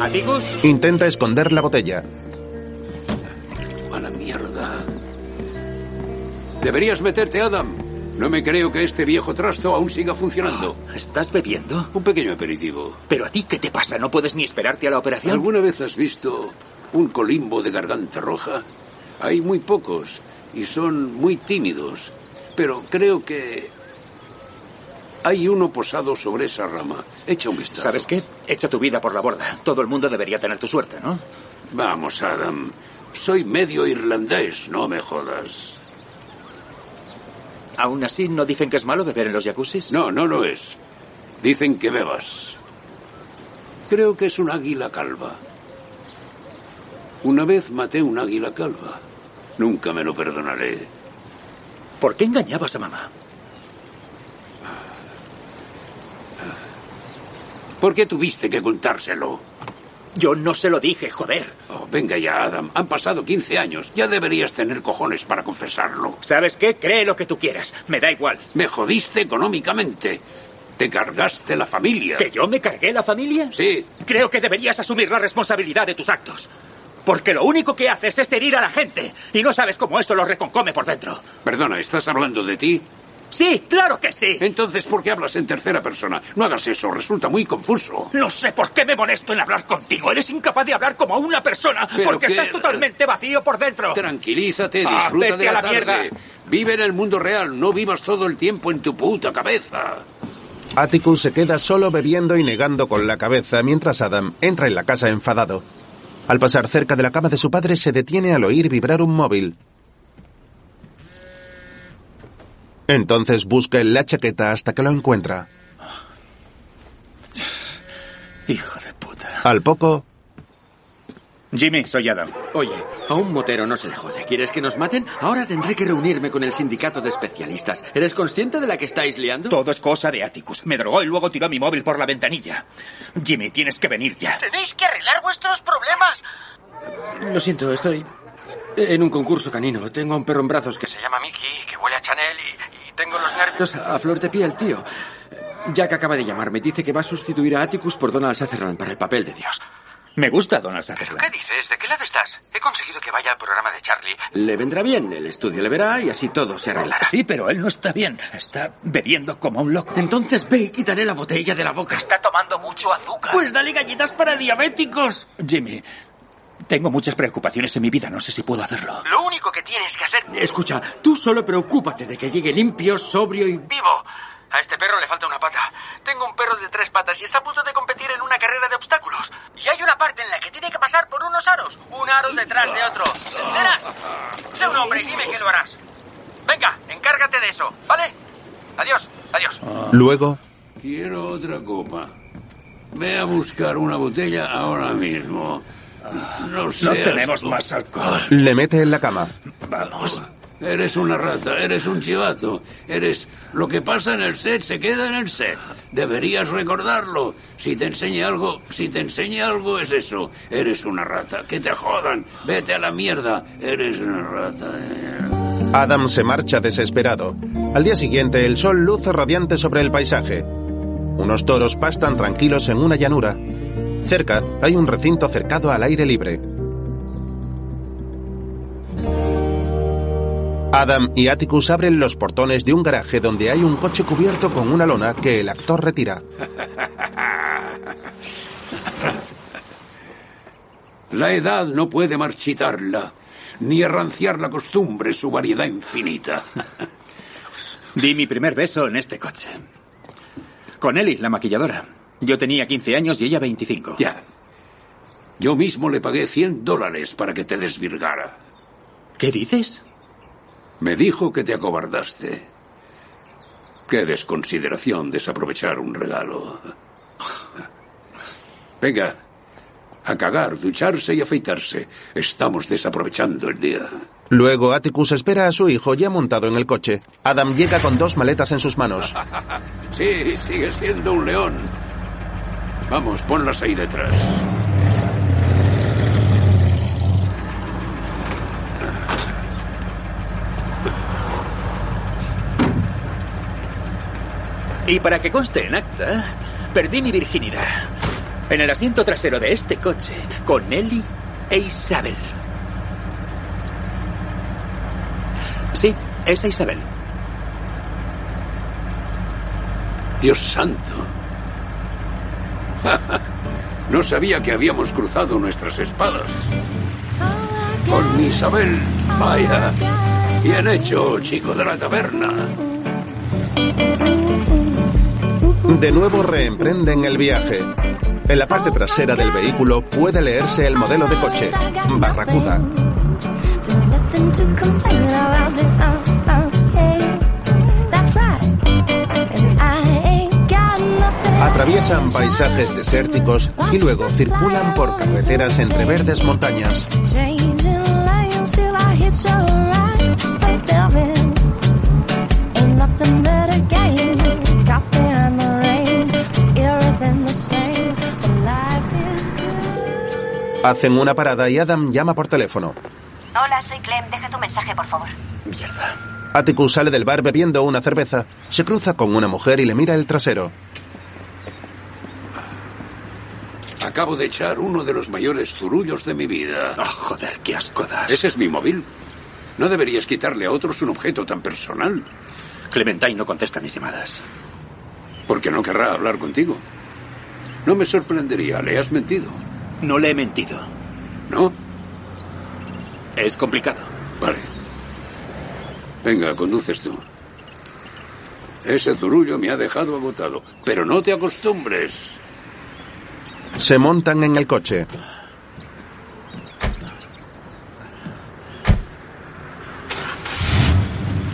¿Aticus? Intenta esconder la botella. A la mierda. Deberías meterte, Adam. No me creo que este viejo trasto aún siga funcionando. Oh, ¿Estás bebiendo? Un pequeño aperitivo. ¿Pero a ti qué te pasa? ¿No puedes ni esperarte a la operación? ¿Alguna vez has visto un colimbo de garganta roja? Hay muy pocos y son muy tímidos, pero creo que hay uno posado sobre esa rama. Echa un vistazo. ¿Sabes qué? Echa tu vida por la borda. Todo el mundo debería tener tu suerte, ¿no? Vamos, Adam. Soy medio irlandés, no me jodas. ¿Aún así no dicen que es malo beber en los jacuzzis? No, no lo es. Dicen que bebas. Creo que es un águila calva. Una vez maté un águila calva. Nunca me lo perdonaré. ¿Por qué engañabas a mamá? ¿Por qué tuviste que contárselo? Yo no se lo dije, joder. Oh, venga ya, Adam. Han pasado 15 años. Ya deberías tener cojones para confesarlo. ¿Sabes qué? Cree lo que tú quieras. Me da igual. Me jodiste económicamente. Te cargaste la familia. ¿Que yo me cargué la familia? Sí. Creo que deberías asumir la responsabilidad de tus actos. Porque lo único que haces es herir a la gente. Y no sabes cómo eso lo reconcome por dentro. Perdona, ¿estás hablando de ti? Sí, claro que sí. Entonces, ¿por qué hablas en tercera persona? No hagas eso, resulta muy confuso. No sé por qué me molesto en hablar contigo. Eres incapaz de hablar como una persona Pero porque qué- estás totalmente vacío por dentro. Tranquilízate, Ah, disfruta vete de la, a la tarde. mierda. Vive en el mundo real, no vivas todo el tiempo en tu puta cabeza. Atticus se queda solo bebiendo y negando con la cabeza mientras Adam entra en la casa enfadado. Al pasar cerca de la cama de su padre se detiene al oír vibrar un móvil. Entonces busca en la chaqueta hasta que lo encuentra. Hijo de puta. Al poco, Jimmy, soy Adam. Oye, a un motero no se le jode. ¿Quieres que nos maten? Ahora tendré que reunirme con el sindicato de especialistas. ¿Eres consciente de la que estáis liando? Todo es cosa de Atticus. Me drogó y luego tiró mi móvil por la ventanilla. Jimmy, tienes que venir ya. Tenéis que arreglar vuestros problemas. Lo siento, estoy en un concurso canino. Tengo a un perro en brazos que se llama Mickey, que huele a Chanel y, y tengo los nervios a flor de piel, tío. Jack acaba de llamarme. Dice que va a sustituir a Atticus por Donald Sutherland para el papel de Dios. Me gusta Donald Sutherland. ¿Qué dices? ¿De qué lado estás? He conseguido que vaya al programa de Charlie. Le vendrá bien, el estudio le verá y así todo se arreglará. Sí, pero él no está bien. Está bebiendo como un loco. Entonces ve y quítale la botella de la boca. Está tomando mucho azúcar. Pues dale galletas para diabéticos. Jimmy, tengo muchas preocupaciones en mi vida. No sé si puedo hacerlo. Lo único que tienes que hacer... Escucha, tú solo preocúpate de que llegue limpio, sobrio y... Vivo. A este perro le falta una pata. Tengo un perro de tres patas y está a punto de competir en una carrera de obstáculos. Y hay una parte en la que tiene que pasar por unos aros. Un aro detrás de otro. ¿Te enteras? Sé un hombre y dime que lo harás. Venga, encárgate de eso, ¿vale? Adiós, adiós. Ah. luego, Quiero otra copa. Ve a buscar una botella ahora mismo. No, seas- tenemos más alcohol. le mete en la cama. Vamos. Eres una rata, eres un chivato, eres... Lo que pasa en el set se queda en el set. Deberías recordarlo. Si te enseña algo, si te enseña algo es eso. Eres una rata. Que te jodan. Vete a la mierda. Eres una rata. eh. Adam se marcha desesperado. Al día siguiente, el sol luce radiante sobre el paisaje. Unos toros pastan tranquilos en una llanura. Cerca hay un recinto cercado al aire libre. Adam y Atticus abren los portones de un garaje donde hay un coche cubierto con una lona que el actor retira. La edad no puede marchitarla, ni arranciar la costumbre, su variedad infinita. Di mi primer beso en este coche. Con Ellie, la maquilladora. Yo tenía 15 años y ella 25. Ya. Yo mismo le pagué 100 dólares para que te desvirgara. ¿Qué dices? Me dijo que te acobardaste. Qué desconsideración desaprovechar un regalo. Venga, A cagar, ducharse y afeitarse. Estamos desaprovechando el día. Luego Atticus espera a su hijo ya montado en el coche. Adam llega con dos maletas en sus manos. Sí, sigue siendo un león. Vamos, ponlas ahí detrás. Y para que conste en acta, perdí mi virginidad en el asiento trasero de este coche con Eli e Isabel. Sí, es Isabel. Dios santo. No sabía que habíamos cruzado nuestras espadas. Con Isabel, vaya. Bien hecho, chico de la taberna. De nuevo reemprenden el viaje. En la parte trasera del vehículo puede leerse el modelo de coche, Barracuda. Atraviesan paisajes desérticos y luego circulan por carreteras entre verdes montañas. Hacen una parada y Adam llama por teléfono. Hola, soy Clem. Deja tu mensaje, por favor. Mierda. Atticus sale del bar bebiendo una cerveza, se cruza con una mujer y le mira el trasero. Acabo de echar uno de los mayores zurullos de mi vida. Oh, joder, qué asco das. Ese es mi móvil. No deberías quitarle a otros un objeto tan personal. Clementine no contesta mis llamadas. Porque no querrá hablar contigo. No me sorprendería, le has mentido. No le he mentido. ¿No? Es complicado. Vale. Venga, conduces tú. Ese zurullo me ha dejado agotado. Pero no te acostumbres. Se montan en el coche.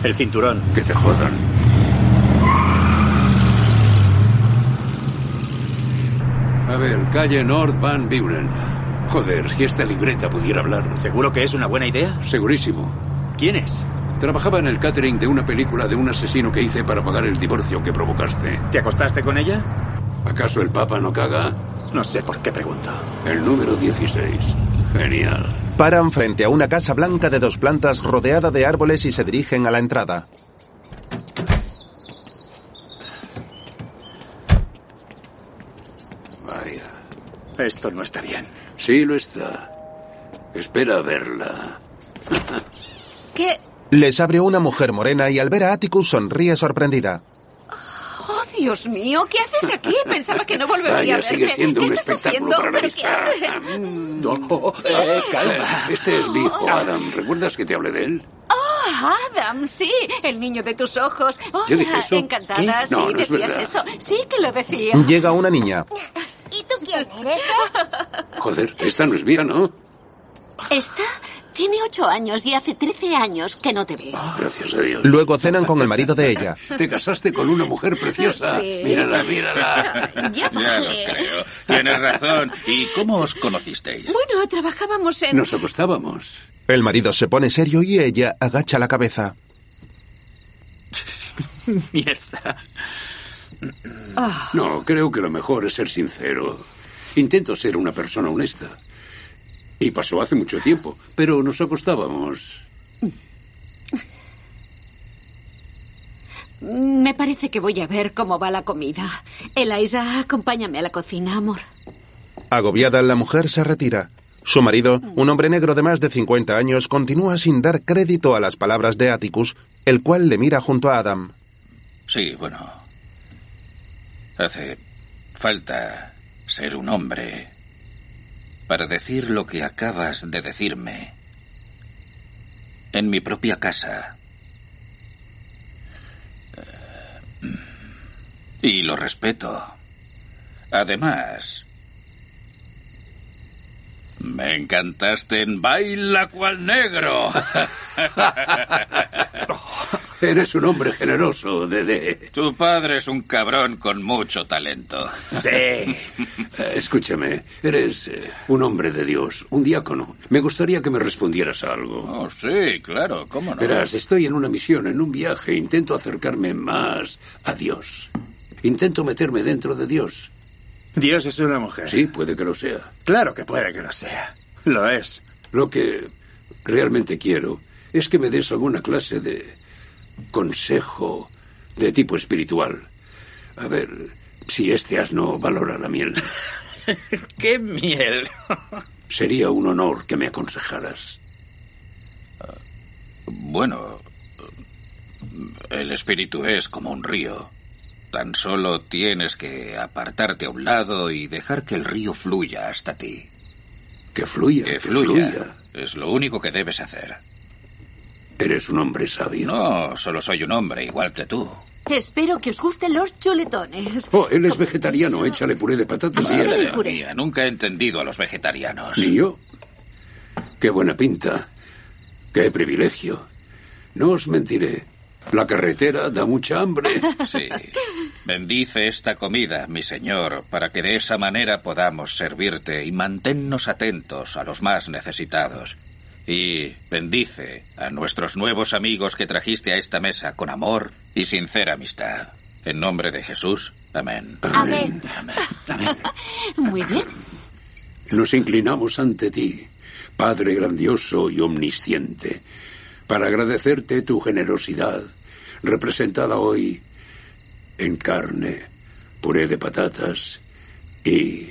El cinturón. Que te jodan. A ver, calle North Van Buren. Joder, si esta libreta pudiera hablar. ¿Seguro que es una buena idea? Segurísimo. ¿Quién es? Trabajaba en el catering de una película de un asesino que hice para pagar el divorcio que provocaste. ¿Te acostaste con ella? ¿Acaso el Papa no caga? No sé por qué pregunto. El número 16. Genial. Paran frente a una casa blanca de dos plantas rodeada de árboles y se dirigen a la entrada. Vaya. Esto no está bien. Sí, lo está. Espera a verla. ¿Qué? Les abre una mujer morena y al ver a Atticus sonríe sorprendida. Oh, Dios mío, ¿qué haces aquí? Pensaba que no volvería Vaya, a verte. sigue siendo ¿Qué un estás espectáculo haciendo? para la Mm. ¿Pero qué vista. haces? No, eh, calma. Este es mi hijo, Adam. ¿Recuerdas que te hablé de él? Oh, Adam, sí, el niño de tus ojos. Hola, ¿Yo dije eso? encantada, ¿Qué? sí, No, no es decías verdad. eso. Sí que lo decía. Llega una niña. ¿Y tú quién eres? Joder, esta no es mía, ¿no? Esta tiene ocho años y hace 13 años que no te veo. Gracias a Dios. Luego cenan con el marido de ella. Te casaste con una mujer preciosa. Sí. Mírala, mírala. Ya vale. creo. Tienes razón. ¿Y cómo os conocisteis? Bueno, trabajábamos en... Nos acostábamos. El marido se pone serio y ella agacha la cabeza. Mierda. Ah, No, creo que lo mejor es ser sincero. Intento ser una persona honesta. Y pasó hace mucho tiempo, pero nos acostábamos. Mm, Me parece que voy a ver cómo va la comida. Eliza, acompáñame a la cocina, amor. Agobiada, la mujer se retira. Su marido, un hombre negro de más de 50 años, continúa sin dar crédito a las palabras de Atticus, el cual le mira junto a Adam. Sí, bueno. Hace falta ser un hombre para decir lo que acabas de decirme. En mi propia casa. Eh, Y lo respeto. Además, me encantaste en Baila cual negro. Eres un hombre generoso, Dede. Tu padre es un cabrón con mucho talento. Sí. Escúchame, eres eh, un hombre de Dios, un diácono. Me gustaría que me respondieras a algo. Oh, sí, claro, cómo no. Verás, estoy en una misión, en un viaje. Intento acercarme más a Dios. Intento meterme dentro de Dios. Dios es una mujer. Sí, puede que lo sea. Claro que puede que lo sea. Lo es. Lo que realmente quiero es que me des alguna clase de consejo de tipo espiritual. A ver si este asno valora la miel. ¡Qué miel! Sería un honor que me aconsejaras. Ah, Bueno, el espíritu es como un río. Tan solo tienes que apartarte a un lado y dejar que el río fluya hasta ti. Que fluya. Que fluya. Es lo único que debes hacer. Eres un hombre sabio. No, solo soy un hombre, igual que tú. Espero que os gusten los chuletones. Oh, él es vegetariano. Échale puré de patatas y Ahora ya el está. puré. Mía, Ah, nunca he entendido a los vegetarianos. Ni yo. Qué buena pinta. Qué privilegio. No os mentiré. La carretera da mucha hambre. Sí. Bendice esta comida, mi señor, para que de esa manera podamos servirte y manténnos atentos a los más necesitados. Y bendice a nuestros nuevos amigos que trajiste a esta mesa con amor y sincera amistad. En nombre de Jesús, amén. Amén. Muy bien. Nos inclinamos ante ti, Padre grandioso y omnisciente, para agradecerte tu generosidad, representada hoy en carne, puré de patatas y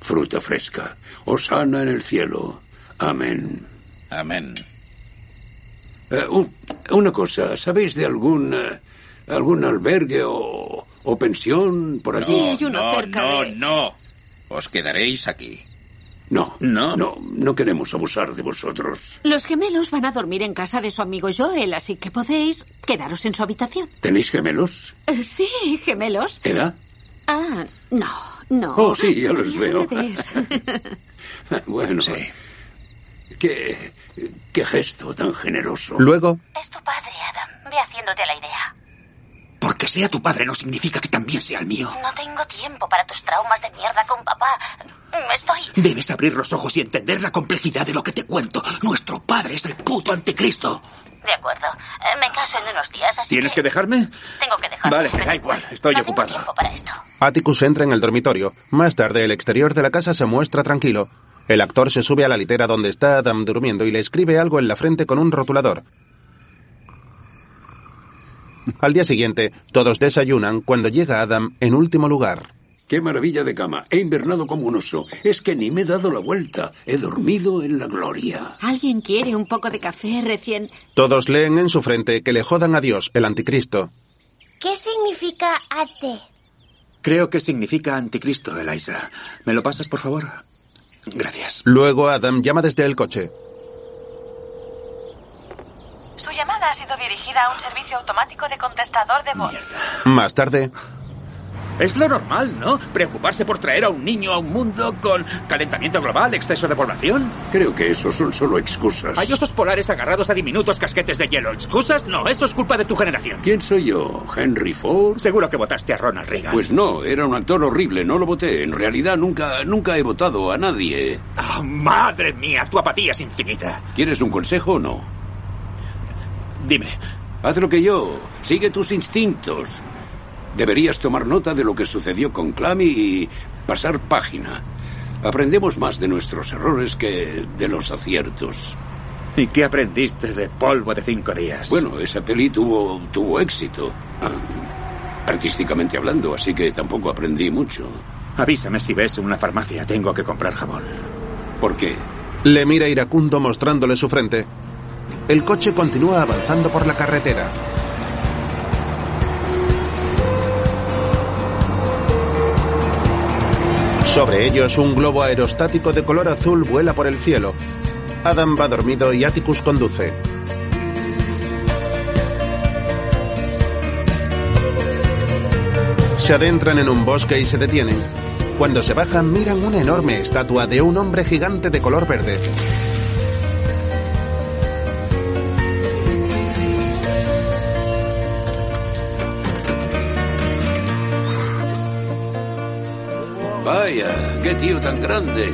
fruta fresca. Osana en el cielo. Amén. Amén. Eh, un- una cosa, ¿sabéis de algún, eh, algún albergue o, o pensión por aquí? no, no, no. Os quedaréis aquí. No, no, no, no queremos abusar de vosotros. Los gemelos van a dormir en casa de su amigo Joel, así que podéis quedaros en su habitación. ¿Tenéis gemelos? Eh, Sí, gemelos. ¿Edad? Ah, no, no. Oh, sí, ya los Son veo. bebés. Bueno, qué, qué gesto tan generoso. Luego, Ve haciéndote a la idea. Porque sea tu padre no significa que también sea el mío. No tengo tiempo para tus traumas de mierda con papá. Me estoy. Debes abrir los ojos y entender la complejidad de lo que te cuento. Nuestro padre es el puto anticristo. De acuerdo. Eh, Me caso en unos días, así ¿Tienes que dejarme? tengo que dejar. Vale, da igual. Estoy ocupado. Atticus entra en el dormitorio. Más tarde, el exterior de la casa se muestra tranquilo. El actor se sube a la litera donde está Adam durmiendo y le escribe algo en la frente con un rotulador. Al día siguiente, todos desayunan cuando llega Adam en último lugar. Qué maravilla de cama. He invernado como un oso. Es que ni me he dado la vuelta. He dormido en la gloria. ¿Alguien quiere un poco de café recién? Todos leen en su frente que le jodan a Dios, el anticristo. ¿Qué significa ate? Creo que significa anticristo, Eliza. ¿Me lo pasas, por favor? Gracias. Luego Adam llama desde el coche. Su llamada ha sido dirigida a un servicio automático de contestador de voz. Más tarde, Es lo normal, ¿no? Preocuparse por traer a un niño a un mundo con calentamiento global, exceso de población. Creo que eso son solo Pues- excusas. Hay osos polares agarrados a diminutos casquetes de hielo. ¿Excusas? No, eso es culpa de tu generación. ¿Quién soy yo? ¿Henry Ford? Seguro que votaste a Ronald Reagan. Pues no, era un actor horrible, no lo voté. En realidad nunca, nunca he votado a nadie. Ah, madre mía, tu apatía es infinita. ¿Quieres un consejo o no? Dime. Haz lo que yo. Sigue tus instintos. Deberías tomar nota de lo que sucedió con Clammy y pasar página. Aprendemos más de nuestros errores que de los aciertos. ¿Y qué aprendiste de polvo de cinco días? Bueno, esa peli tuvo, tuvo éxito, ah, artísticamente hablando, así que tampoco aprendí mucho. Avísame si ves una farmacia. Tengo que comprar jabón. ¿Por qué? Le mira iracundo mostrándole su frente. El coche continúa avanzando por la carretera. Sobre ellos, un globo aerostático de color azul vuela por el cielo. Adam va dormido y Atticus conduce. Se adentran en un bosque y se detienen. Cuando se bajan, miran una enorme estatua de un hombre gigante de color verde. Vaya, qué tío tan grande.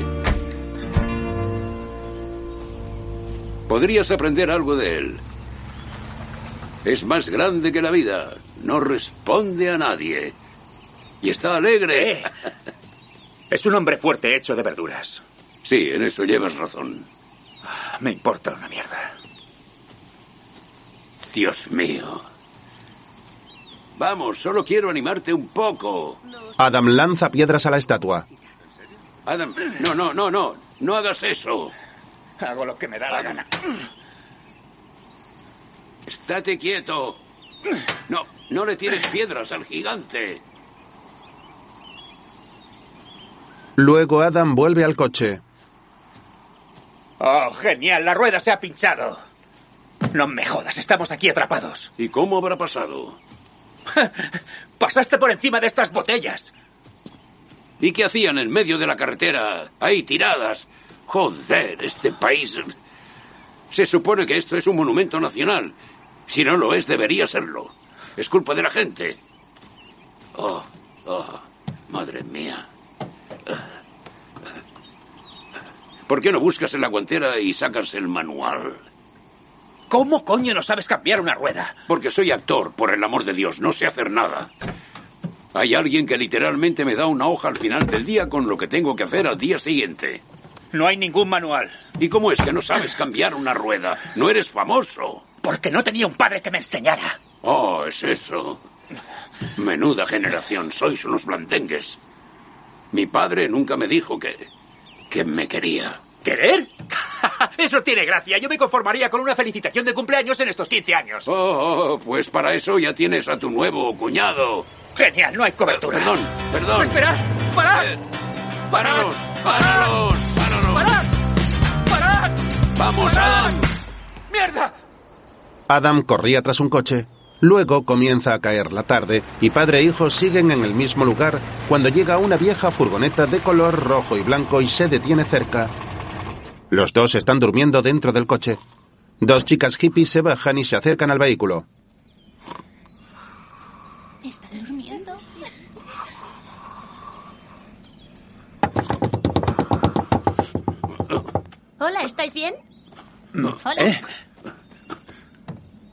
Podrías aprender algo de él. Es más grande que la vida. No responde a nadie. Y está alegre. Eh, Es un hombre fuerte hecho de verduras. Sí, en eso llevas razón. Me importa una mierda. Dios mío. Vamos, solo quiero animarte un poco. Adam lanza piedras a la estatua. Adam, no, no, no, no. No hagas eso. Hago lo que me da la gana. Estate quieto. No, no le tienes piedras al gigante. Luego Adam vuelve al coche. ¡Oh, genial! La rueda se ha pinchado. No me jodas, estamos aquí atrapados. ¿Y cómo habrá pasado? Pasaste por encima de estas botellas. ¿Y qué hacían en medio de la carretera? Ahí tiradas. Joder, este país. Se supone que esto es un monumento nacional. Si no lo es, debería serlo. Es culpa de la gente. Oh, oh, madre mía. ¿Por qué no buscas en la guantera y sacas el manual? ¿Cómo coño no sabes cambiar una rueda? Porque soy actor, por el amor de Dios, no sé hacer nada. Hay alguien que literalmente me da una hoja al final del día con lo que tengo que hacer al día siguiente. No hay ningún manual. ¿Y cómo es que no sabes cambiar una rueda? No eres famoso. Porque no tenía un padre que me enseñara. Oh, es eso. Menuda generación, sois unos blandengues. Mi padre nunca me dijo que. que me quería. ¿Querer? Eso tiene gracia. Yo me conformaría con una felicitación de cumpleaños en estos 15 años. Oh, oh, pues para eso ya tienes a tu nuevo cuñado. Genial, no hay cobertura. Perdón, perdón. Esperad, parad. Eh, Páranos, páranos, páranos. Parad. Parad. Vamos, Adam. Mierda. Adam corría tras un coche. Luego comienza a caer la tarde y padre e hijo siguen en el mismo lugar cuando llega una vieja furgoneta de color rojo y blanco y se detiene cerca. Los dos están durmiendo dentro del coche. Dos chicas hippies se bajan y se acercan al vehículo. ¿Está durmiendo? Hola, ¿estáis bien? Hola.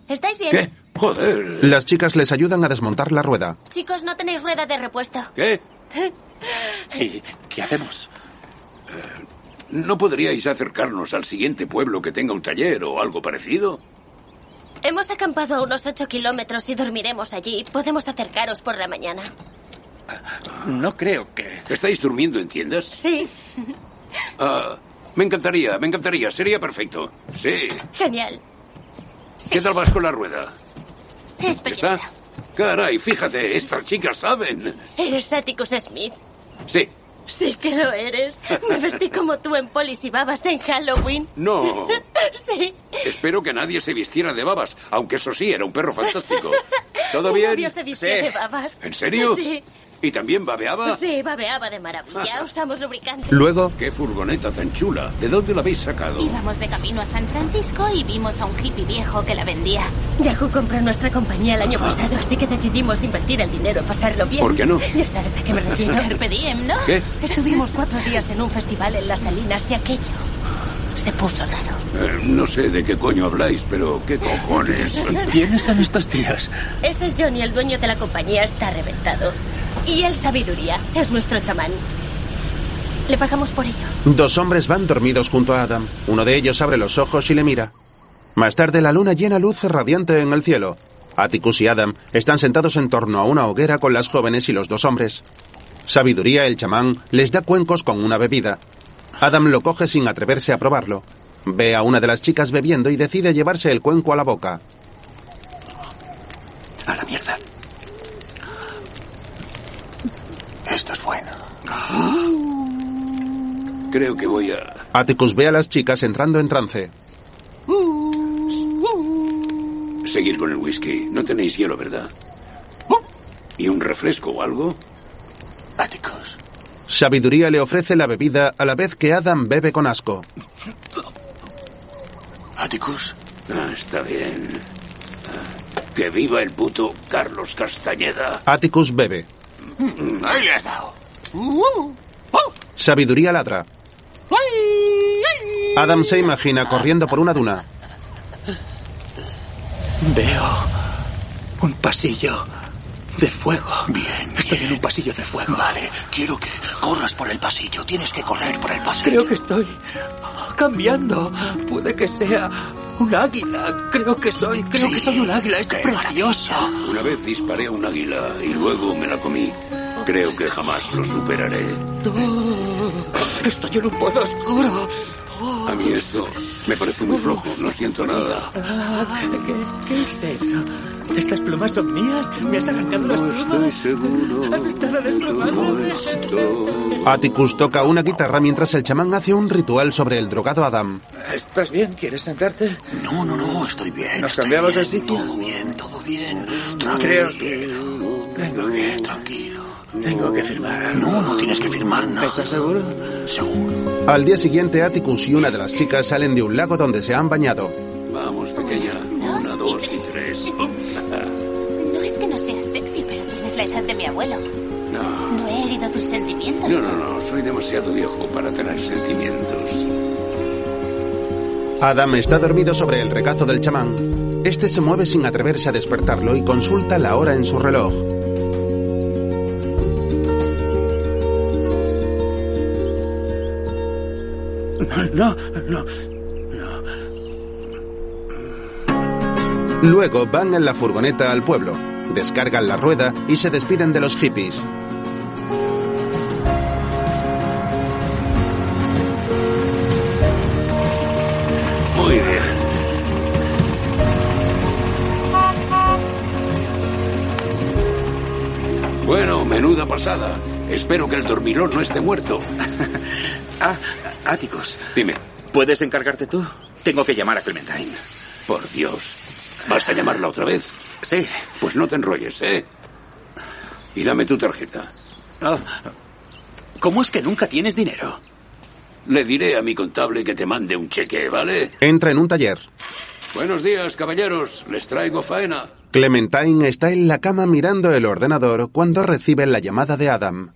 ¿Estáis bien? Eh. ¿Qué? Joder. Las chicas les ayudan a desmontar la rueda. Chicos, no tenéis rueda de repuesto. ¿Qué? ¿Y qué hacemos? Eh, ¿No podríais acercarnos al siguiente pueblo que tenga un taller o algo parecido? Hemos acampado a unos 8 kilómetros y dormiremos allí. Podemos acercaros por la mañana. No creo que. ¿Estáis durmiendo en tiendas? Sí. Ah, me encantaría, me encantaría. Sería perfecto. Sí. Genial. ¿Qué tal vas con la rueda? Esto ya está. Caray, fíjate, estas chicas saben. Eres Atticus Smith. Sí. Sí que lo eres. Me vestí como tú en polis y babas en Halloween. No. Sí. Espero que nadie se vistiera de babas, aunque eso sí, era un perro fantástico. ¿Todo Mi bien? novio se vistió de babas. ¿En serio? Sí. ¿Y también babeaba? Sí, babeaba de maravilla. Usamos lubricante. Luego, ¡Qué furgoneta tan chula! ¿De dónde la habéis sacado? Íbamos de camino a San Francisco y vimos a un hippie viejo que la vendía. Yahoo compró nuestra compañía el año pasado, así que decidimos invertir el dinero en pasarlo bien. ¿Por qué no? Ya sabes a qué me refiero. Carpe diem, ¿no? ¿Qué? Estuvimos cuatro días en un festival en las Salinas y aquello se puso raro. Eh, no sé de qué coño habláis, pero ¿qué cojones? ¿Quiénes son estas tías? Ese es Johnny, el dueño de la compañía, está reventado. Y el sabiduría es nuestro chamán. Le pagamos por ello. dos hombres van dormidos junto a Adam. Uno de ellos abre los ojos y le mira. Más tarde, la luna llena luz radiante en el cielo. Atticus y Adam están sentados en torno a una hoguera con las jóvenes y los dos hombres. Sabiduría, el chamán, les da cuencos con una bebida. Adam lo coge sin atreverse a probarlo. Ve a una de las chicas bebiendo y decide llevarse el cuenco a la boca. A la mierda. Esto es bueno. Ah. Creo que voy a... Atticus ve a las chicas entrando en trance. Seguir con el whisky. No tenéis hielo, ¿verdad? ¡Oh! ¿Y un refresco o algo? Áticos. Sabiduría le ofrece la bebida a la vez que Adam bebe con asco. Áticos. Ah, está bien. Ah, Que viva el puto Carlos Castañeda. Atticus bebe. Ahí le has dado. Sabiduría ladra. Adam se imagina corriendo por una duna. Veo un pasillo de fuego. Bien. Estoy en un pasillo de fuego. Vale, quiero que corras por el pasillo. Tienes que correr por el pasillo. Creo que estoy cambiando. Puede que sea un águila. Creo que soy. Creo que soy un águila. Es precioso. Una vez disparé a un águila y luego me la comí. Creo que jamás lo superaré. Oh, estoy en un pozo oscuro. A mí esto me parece muy flojo, no siento nada. Ah, ¿Qué, qué es eso? ¿Estas plumas son mías? ¿Me has arrancado las plumas? Estoy seguro. ¿Has estado desplumándome? Atticus toca una guitarra mientras el chamán hace un ritual sobre el drogado Adam. ¿Estás bien? ¿Quieres sentarte? No, no, no, estoy bien. ¿Nos estoy cambiamos bien, de sitio? Todo bien, todo bien. Creo Tranquilo. Tengo que, tranquilo. Tengo que firmar No, no tienes que firmar nada. ¿Estás seguro? Al día siguiente, Atticus y una de las chicas salen de un lago donde se han bañado. Vamos, pequeña. Una, dos y tres. No es que no seas sexy, pero tienes la edad de mi abuelo. No, No he herido tus sentimientos. no, no, no, soy demasiado viejo para tener sentimientos. Adam está dormido sobre el regazo del chamán. Este se mueve sin atreverse a despertarlo y consulta la hora en su reloj. No, no. Luego van en la furgoneta al pueblo, descargan la rueda y se despiden de los hippies. Muy bien. Bueno, menuda pasada. Espero que el dormilón no esté muerto. Ah, Áticos. Dime, ¿Puedes encargarte tú? Tengo que llamar a Clementine. por Dios, ¿vas a llamarla otra vez? Sí. Pues no te enrolles, ¿eh? Y dame tu tarjeta. Ah, ¿Cómo es que nunca tienes dinero? Le diré a mi contable que te mande un cheque, ¿vale? Entra en un taller. Buenos días, caballeros. Les traigo faena. Clementine está en la cama mirando el ordenador cuando recibe la llamada de Adam.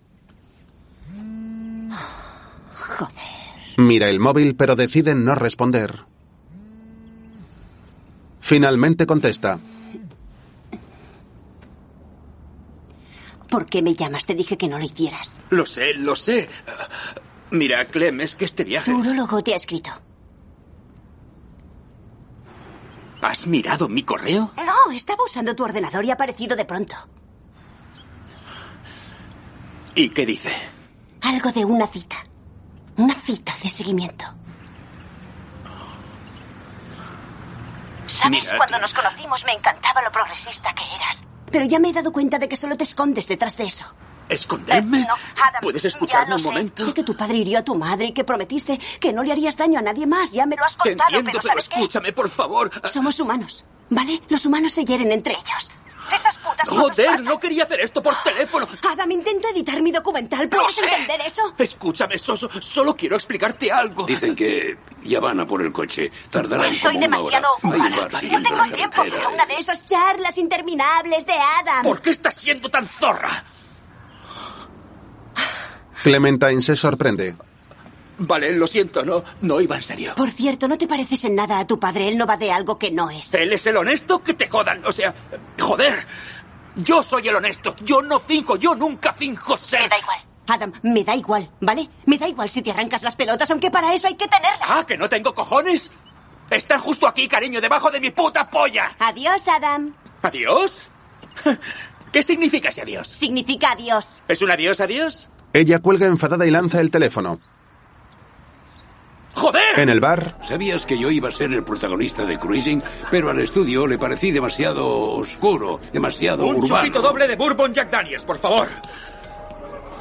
Mira el móvil pero decide no responder. Finalmente contesta. ¿Por qué me llamas? Te dije que no lo hicieras. Lo sé, lo sé. Mira, Clem, es que este viaje... Tu urólogo te ha escrito. ¿Has mirado mi correo? No, estaba usando tu ordenador y ha aparecido de pronto. ¿Y qué dice? Algo de una cita. Una cita de seguimiento. ¿Sabes Mira, cuando tío. nos conocimos me encantaba lo progresista que eras? Pero ya me he dado cuenta de que solo te escondes detrás de eso. Eh, ¿Esconderme? Adam, ¿Puedes ya escucharme lo un sé. momento? Sé que tu padre hirió a tu madre y que prometiste que no le harías daño a nadie más. Ya me lo has Te contado, entiendo, pero, pero ¿sabes qué? escúchame, por favor. Somos humanos, ¿vale? Los humanos se hieren entre ellos. Esas putas cosas Joder, pasan. no quería hacer esto por teléfono. Adam, intento editar mi documental. ¿Puedes sé. entender eso? Escúchame, Soso, solo quiero explicarte algo. Dicen que Eh, ya van a por el coche. Tardarán Estoy como una hora. Pues demasiado Hay un ocupada. bar No siguiendo tengo la tiempo carretera. para una de esas charlas interminables de Adam. ¿Por qué estás siendo tan zorra? Clementine se sorprende. Vale, lo siento, no, no iba en serio. Por cierto, no te pareces en nada a tu padre. Él no va de algo que no es. Él es el honesto que te jodan, o sea, joder. Yo soy el honesto, yo no finjo, yo nunca finjo ser. Me da igual. Adam, me da igual, ¿vale? Me da igual si te arrancas las pelotas, aunque para eso hay que tenerlas. Ah, que no tengo cojones. Están justo aquí, cariño, debajo de mi puta polla. Adiós, Adam. ¿Adiós? ¿Qué significa ese adiós? Significa adiós. ¿Es un adiós, adiós? Ella cuelga enfadada y lanza el teléfono. ¡Joder! En el bar, ¿Sabías que yo iba a ser el protagonista de Cruising? Pero al estudio le parecí demasiado oscuro, demasiado Un chupito urbano. doble de Bourbon Jack Daniels, por favor.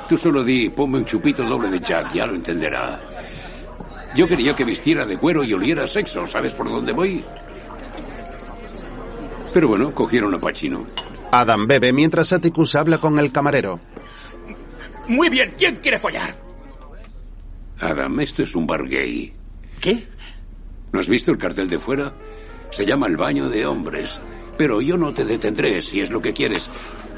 Tú solo di, ponme un chupito doble de Jack, ya lo entenderá. Yo quería que vistiera de cuero y oliera a sexo, ¿sabes por dónde voy? Pero bueno, cogieron a Pacino. Adam bebe mientras Atticus habla con el camarero. Muy bien, ¿quién quiere follar? Adam, esto es un bar gay. ¿Qué? ¿No has visto el cartel de fuera? Se llama el baño de hombres. Pero yo no te detendré si es lo que quieres.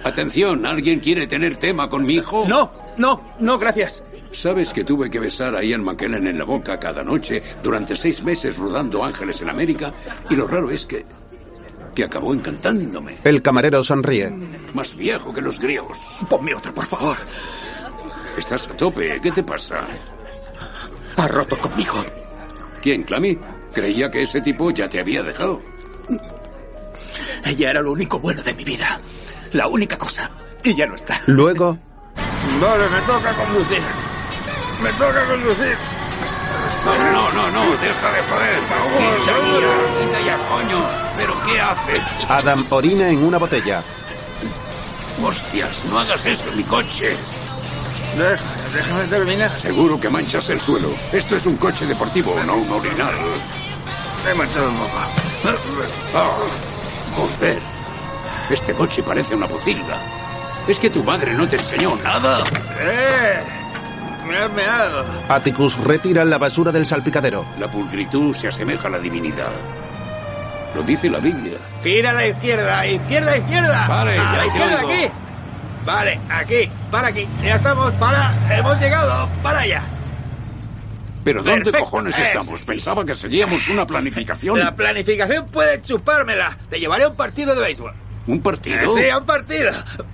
Atención, ¿alguien quiere tener tema con mi hijo? No, no, no, gracias. ¿Sabes que tuve que besar a Ian McKellen en la boca cada noche durante seis meses rodando Ángeles en América? Y lo raro es que. que acabó encantándome. El camarero sonríe. Más viejo que los griegos. Ponme otro, por favor. Estás a tope. ¿Qué te pasa? Ha roto conmigo. ¿Quién, Clammy? Creía que ese tipo ya te había dejado. Ella era lo único bueno de mi vida. La única cosa. Y ya no está. Luego, Vale, me toca conducir. Me toca conducir. No, no, no, deja de joder. Quita ya, quita ya, coño. ¿Pero qué haces? Adam orina en una botella. Hostias, no hagas eso en mi coche. déjame terminar. Seguro que manchas el suelo. Esto es un coche deportivo, no un orinal. He manchado un poco. Ah, joder. Este coche parece una pocilga. ¿Es que tu madre no te enseñó nada? ¡Eh! Me has meado. Atticus retira la basura del salpicadero. La pulcritud se asemeja a la divinidad. Lo dice la Biblia. Gira a la izquierda, izquierda, izquierda. Vale, a ya la te izquierda, oigo. aquí. Vale, aquí, para aquí. Ya estamos, para. Hemos llegado, para allá. ¿Pero dónde Perfecto, cojones es. estamos? Pensaba que seguíamos una planificación. La planificación puede chupármela. Te llevaré a un partido de béisbol. ¿Un partido? Eh, Sí, a un partido.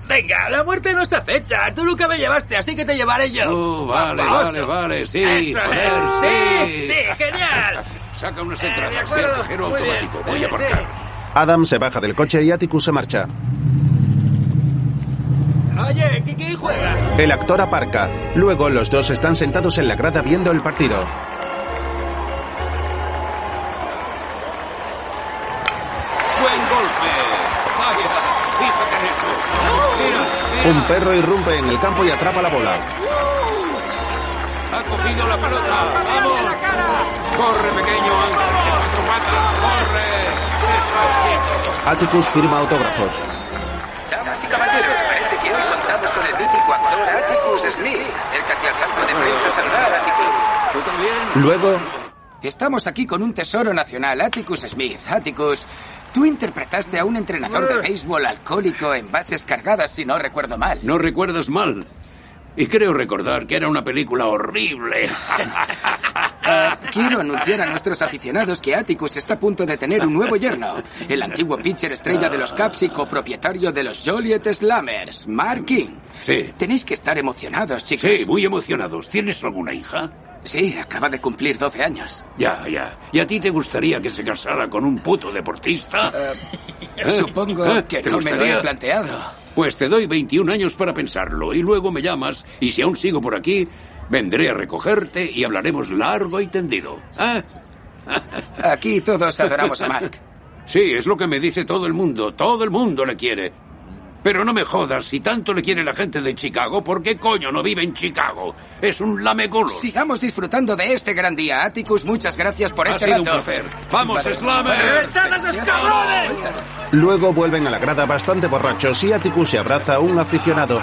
Venga, la muerte no se acecha. Tú nunca me llevaste, así que te llevaré yo. Oh, vale, vale, Baboso. vale, sí. Eso es. joder, sí, sí, genial. Saca unas Eh, de entradas del acuerdo. cajero Muy bien. automático. Voy a Eh, aparcar. Adam se baja del coche y Atticus se marcha. Oye, ¿qué, qué juega? El actor aparca. Luego los dos están sentados en la grada viendo el partido. ¡Buen golpe! ¡Vaya! ¡Fíjate en eso! ¡Mira! Un perro irrumpe en el campo y atrapa la bola. ¡Ha cogido la pelota! ¡Vamos! ¡Corre, pequeño ángel de cuatro patas! ¡Corre! Atticus firma autógrafos. Damas y caballeros, parece que hoy contamos con el mítico actor Atticus Smith. Acércate al campo de prensa a saludar, Atticus. ¿Tú también? Luego, Estamos aquí con un tesoro nacional, Atticus Smith. Atticus, tú interpretaste a un entrenador de béisbol alcohólico en bases cargadas, si no recuerdo mal. No recuerdas mal. Y creo recordar que era una película horrible. Ah, quiero anunciar a nuestros aficionados que Atticus está a punto de tener un nuevo yerno. El antiguo pitcher estrella de los Caps y copropietario de los Joliet Slammers, Mark King. Sí. Tenéis que estar emocionados, chicos. Sí, muy emocionados. ¿Tienes alguna hija? Sí, acaba de cumplir 12 años. Ya, ya. ¿Y a ti te gustaría que se casara con un puto deportista? ¿Eh? Supongo ¿Eh? que ¿Te no me lo gustaría? he planteado. Pues te doy 21 años para pensarlo y luego me llamas y si aún sigo por aquí, vendré a recogerte y hablaremos largo y tendido. ¿eh? Aquí todos adoramos a Mark. Sí, es lo que me dice todo el mundo. Todo el mundo le quiere. Pero no me jodas, si tanto le quiere la gente de Chicago, ¿por qué coño no vive en Chicago? Es un lameculos. Sigamos disfrutando de este gran día. Atticus, muchas gracias por Ha este sido un rato. placer. ¡Vamos, Slammers! ¡Reventad a esos cabrones! luego vuelven a la grada bastante borrachos y Atticus se abraza a un aficionado.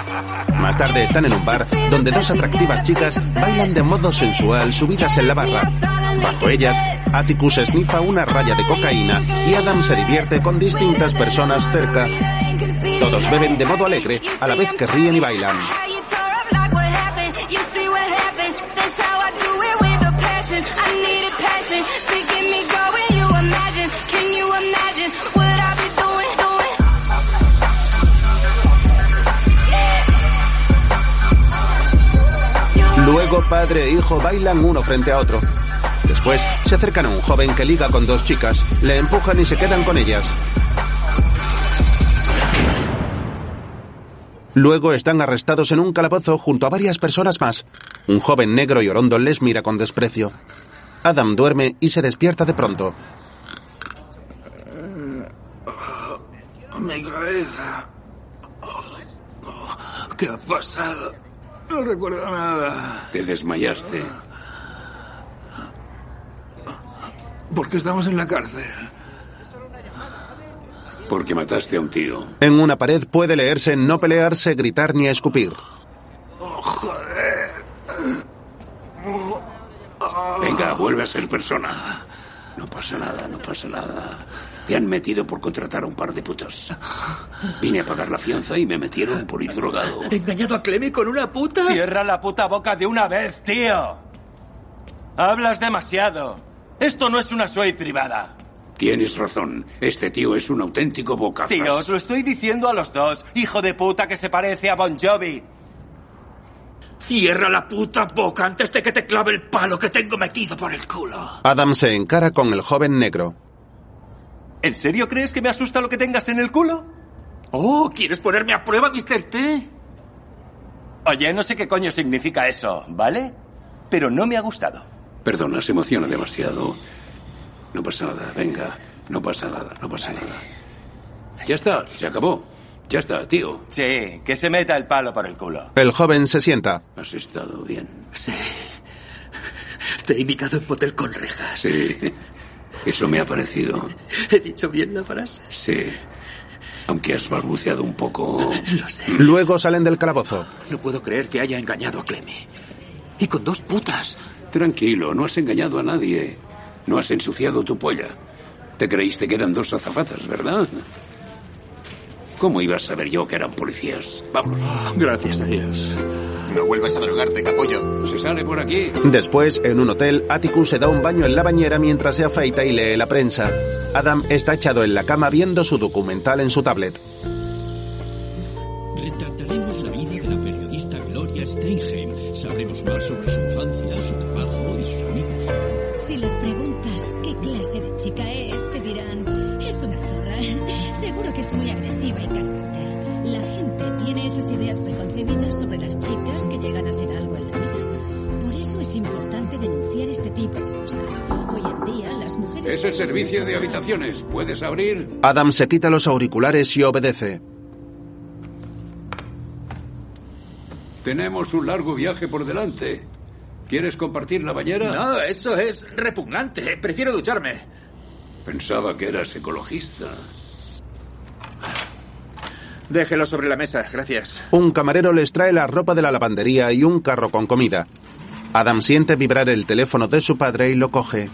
Más tarde están en un bar donde dos atractivas chicas bailan de modo sensual subidas en la barra. Bajo ellas, Atticus esnifa una raya de cocaína y Adam se divierte con distintas personas cerca. Todos beben de modo alegre a la vez que ríen y bailan. Luego padre e hijo bailan uno frente a otro. Después se acercan a un joven que liga con dos chicas, le empujan y se quedan con ellas. Luego están arrestados en un calabozo junto a varias personas más. Un joven negro y orondo les mira con desprecio. Adam duerme y se despierta de pronto. Uh, Mi cabeza. Oh, ¿Qué ha pasado? No recuerdo nada. Te desmayaste. ¿Por qué estamos en la cárcel? Porque mataste a un tío. En una pared puede leerse no pelearse, gritar ni escupir. Venga, vuelve a ser persona. No pasa nada, no pasa nada. Te han metido por contratar a un par de putas. Vine a pagar la fianza y me metieron por ir drogado. ¿He engañado a Clemi con una puta? Cierra la puta boca de una vez, tío. Hablas demasiado. Esto no es una suite privada. Tienes razón. Este tío es un auténtico bocazas. Tío, os lo estoy diciendo a los dos. Hijo de puta que se parece a Bon Jovi. Cierra la puta boca antes de que te clave el palo que tengo metido por el culo. Adam se encara con el joven negro. ¿En serio crees que me asusta lo que tengas en el culo? Oh, ¿quieres ponerme a prueba, Mr. T? Oye, no sé qué coño significa eso, ¿vale? Pero no me ha gustado. Perdona, se emociona demasiado. No pasa nada, venga. No pasa nada, no pasa nada. Ya está, se acabó. Ya está, tío. Sí, que se meta el palo por el culo. El joven se sienta. Has estado bien. Sí. Te he imitado en motel con rejas. Sí. Eso me ha parecido. ¿He dicho bien la frase? Sí. Aunque has balbuceado un poco. Lo sé. Luego salen del calabozo. No puedo creer que haya engañado a Clemi. Y con dos putas. Tranquilo, no has engañado a nadie. No has ensuciado tu polla. Te creíste que eran dos azafatas, ¿verdad? ¿Cómo iba a saber yo que eran policías? Vamos. Gracias a Dios. No vuelvas a drogarte, capullo. Se sale por aquí. Después, en un hotel, Atticus se da un baño en la bañera mientras se afeita y lee la prensa. Adam está echado en la cama viendo su documental en su tablet. Retrataremos la vida de la periodista Gloria Steinem. Sabremos más sobre su infancia, su trabajo y sus amigos. Si les preguntas qué clase de chica es, te dirán, es una zorra. Seguro que es muy agresiva y cargante. La gente tiene esas ideas preconcebidas sobre las chicas que llegan a ser algo en la vida. Por eso es importante denunciar este tipo de cosas. Hoy en día las mujeres... Es el servicio de habitaciones. ¿Puedes abrir? Adam se quita los auriculares y obedece. Tenemos un largo viaje por delante. ¿Quieres compartir la bañera? No, eso es repugnante. Prefiero ducharme. Pensaba que eras ecologista. Déjelo sobre la mesa, gracias. Un camarero les trae la ropa de la lavandería y un carro con comida. Adam siente vibrar el teléfono de su padre y lo coge.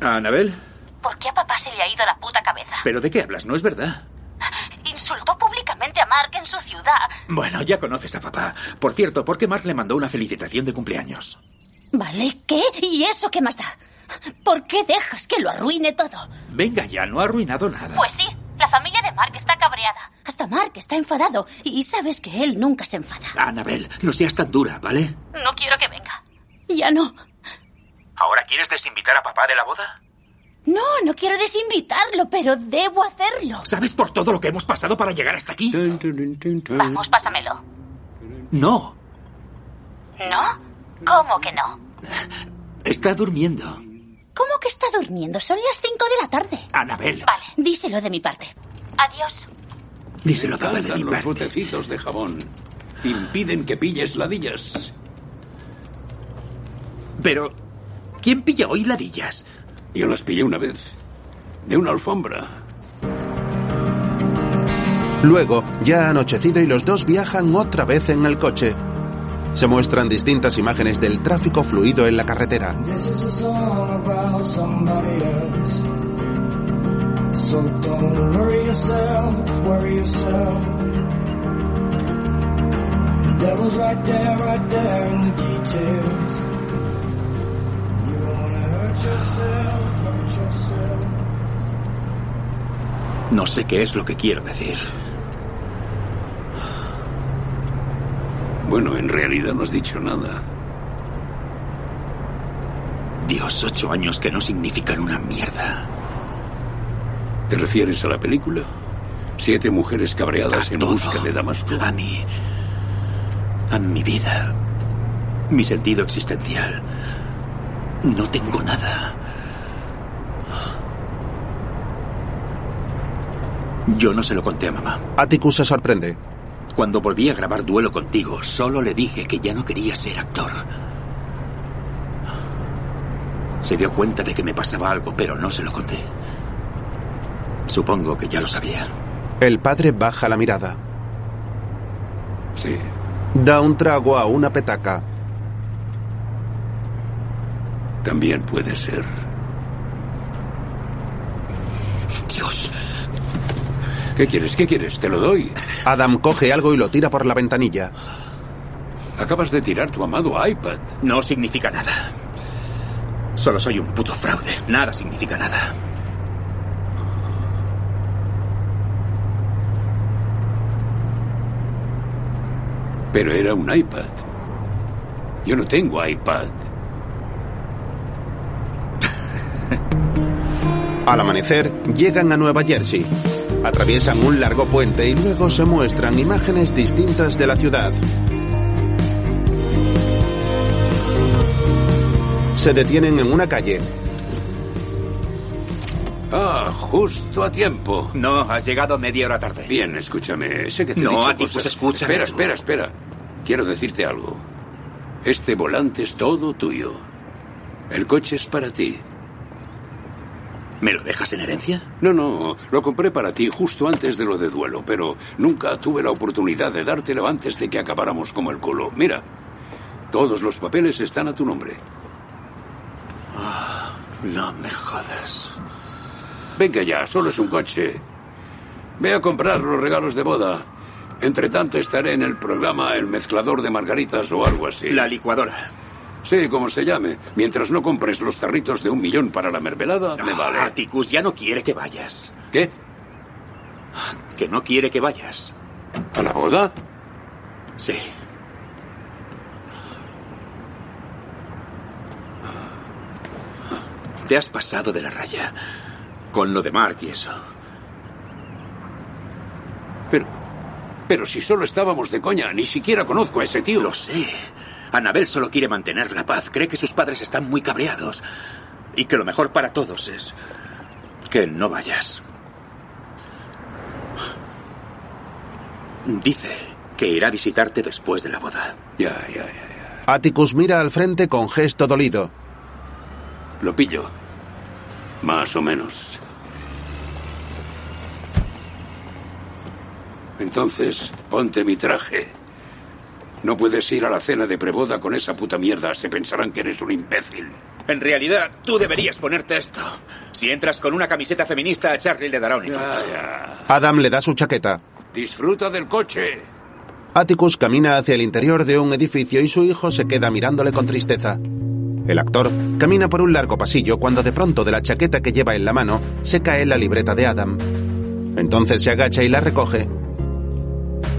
¿Anabel? ¿Por qué a papá se le ha ido la puta cabeza? ¿Pero de qué hablas? No es verdad. Insultó públicamente a Mark en su ciudad. Bueno, ya conoces a papá. Por cierto, ¿por qué Mark le mandó una felicitación de cumpleaños? ¿Vale? ¿Qué? ¿Y eso qué más da? ¿Por qué dejas que lo arruine todo? Venga ya, no ha arruinado nada. Pues sí, la familia de Mark está cabreada. Hasta Mark está enfadado y sabes que él nunca se enfada. Anabel, no seas tan dura, ¿vale? No quiero que venga. Ya no. ¿Ahora quieres desinvitar a papá de la boda? No, no quiero desinvitarlo, pero debo hacerlo. ¿Sabes por todo lo que hemos pasado para llegar hasta aquí? Mm. Vamos, pásamelo. No. ¿No? ¿Cómo que no? Está durmiendo. ¿Cómo que está durmiendo? Son las 5 de la tarde. Anabel. Vale, díselo de mi parte. Adiós. Díselo papá, de mi los parte. botecitos de jabón. Impiden que pilles ladillas. Pero, ¿quién pilla hoy ladillas? Yo las pillé una vez. De una alfombra. Luego, ya ha anochecido y los dos viajan otra vez en el coche. Se muestran distintas imágenes del tráfico fluido en la carretera. No sé qué es lo que quiero decir. Bueno, en realidad no has dicho nada. Dios, ocho años que no significan una mierda. ¿Te refieres a la película? Siete mujeres cabreadas A en todo. busca de Damasco. A mí. A mi vida. Mi sentido existencial. No tengo nada. Yo no se lo conté a mamá. Atticus se sorprende. Cuando volví a grabar Duelo contigo, solo le dije que ya no quería ser actor. Se dio cuenta de que me pasaba algo, pero no se lo conté. Supongo que ya lo sabía. El padre baja la mirada. Sí. Da un trago a una petaca. También puede ser Dios. ¿Qué quieres? ¿Qué quieres? Te lo doy. Adam coge algo y lo tira por la ventanilla. Acabas de tirar tu amado iPad. No significa nada. Solo soy un puto fraude. Nada significa nada. Pero era un iPad. Yo no tengo iPad. Al amanecer, llegan a Nueva Jersey. Atraviesan un largo puente y luego se muestran imágenes distintas de la ciudad. Se detienen en una calle. Ah, justo a tiempo. No, has llegado media hora tarde. Bien, escúchame. Sé que te he No, dicho Atticus, cosas. escúchame Espera, tú. espera, espera. Quiero decirte algo. Este volante es todo tuyo. El coche es para ti. ¿Me lo dejas en herencia? No, no, lo compré para ti justo antes de lo de duelo, pero nunca tuve la oportunidad de dártelo antes de que acabáramos como el culo. Mira, todos los papeles están a tu nombre. No me jodas. Venga ya, solo es un coche. Ve a comprar los regalos de boda. Entre tanto estaré en el programa El mezclador de margaritas o algo así. La licuadora. Sí, como se llame. Mientras no compres los tarritos de un millón para la mermelada, me vale. Atticus Ah, ya no quiere que vayas. ¿Qué? Que no quiere que vayas. ¿A la boda? Sí. Te has pasado de la raya. Con lo de Mark y eso. Pero. Pero si solo estábamos de coña, ni siquiera conozco a ese tío. Lo sé. Anabel solo quiere mantener la paz. Cree que sus padres están muy cabreados. Y que lo mejor para todos es. que no vayas. Dice que irá a visitarte después de la boda. Ya, ya, ya. Atticus mira al frente con gesto dolido. Lo pillo. Más o menos. Entonces, ponte mi traje. No puedes ir a la cena de preboda con esa puta mierda. Se pensarán que eres un imbécil. En realidad, tú deberías ponerte esto. Si entras con una camiseta feminista, a Charlie le dará un infarto. Adam le da su chaqueta. Disfruta del coche. Atticus camina hacia el interior de un edificio y su hijo se queda mirándole con tristeza. El actor camina por un largo pasillo cuando de pronto de la chaqueta que lleva en la mano se cae la libreta de Adam. Entonces se agacha y la recoge.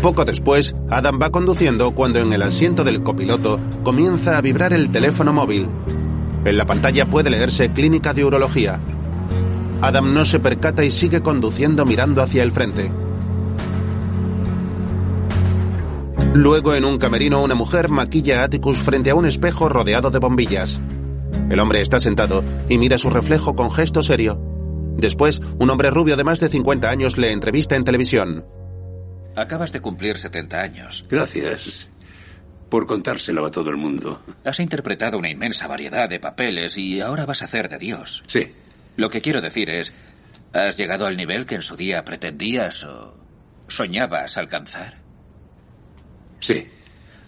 Poco después, Adam va conduciendo cuando en el asiento del copiloto comienza a vibrar el teléfono móvil. En la pantalla puede leerse Clínica de Urología. Adam no se percata y sigue conduciendo mirando hacia el frente. Luego, en un camerino, una mujer maquilla a Atticus frente a un espejo rodeado de bombillas. El hombre está sentado y mira su reflejo con gesto serio. Después, un hombre rubio de más de 50 años le entrevista en televisión. Acabas de cumplir 70 años. Gracias por contárselo a todo el mundo. Has interpretado una inmensa variedad de papeles y ahora vas a hacer de Dios. Sí. Lo que quiero decir es, ¿has llegado al nivel que en su día pretendías o soñabas alcanzar? Sí.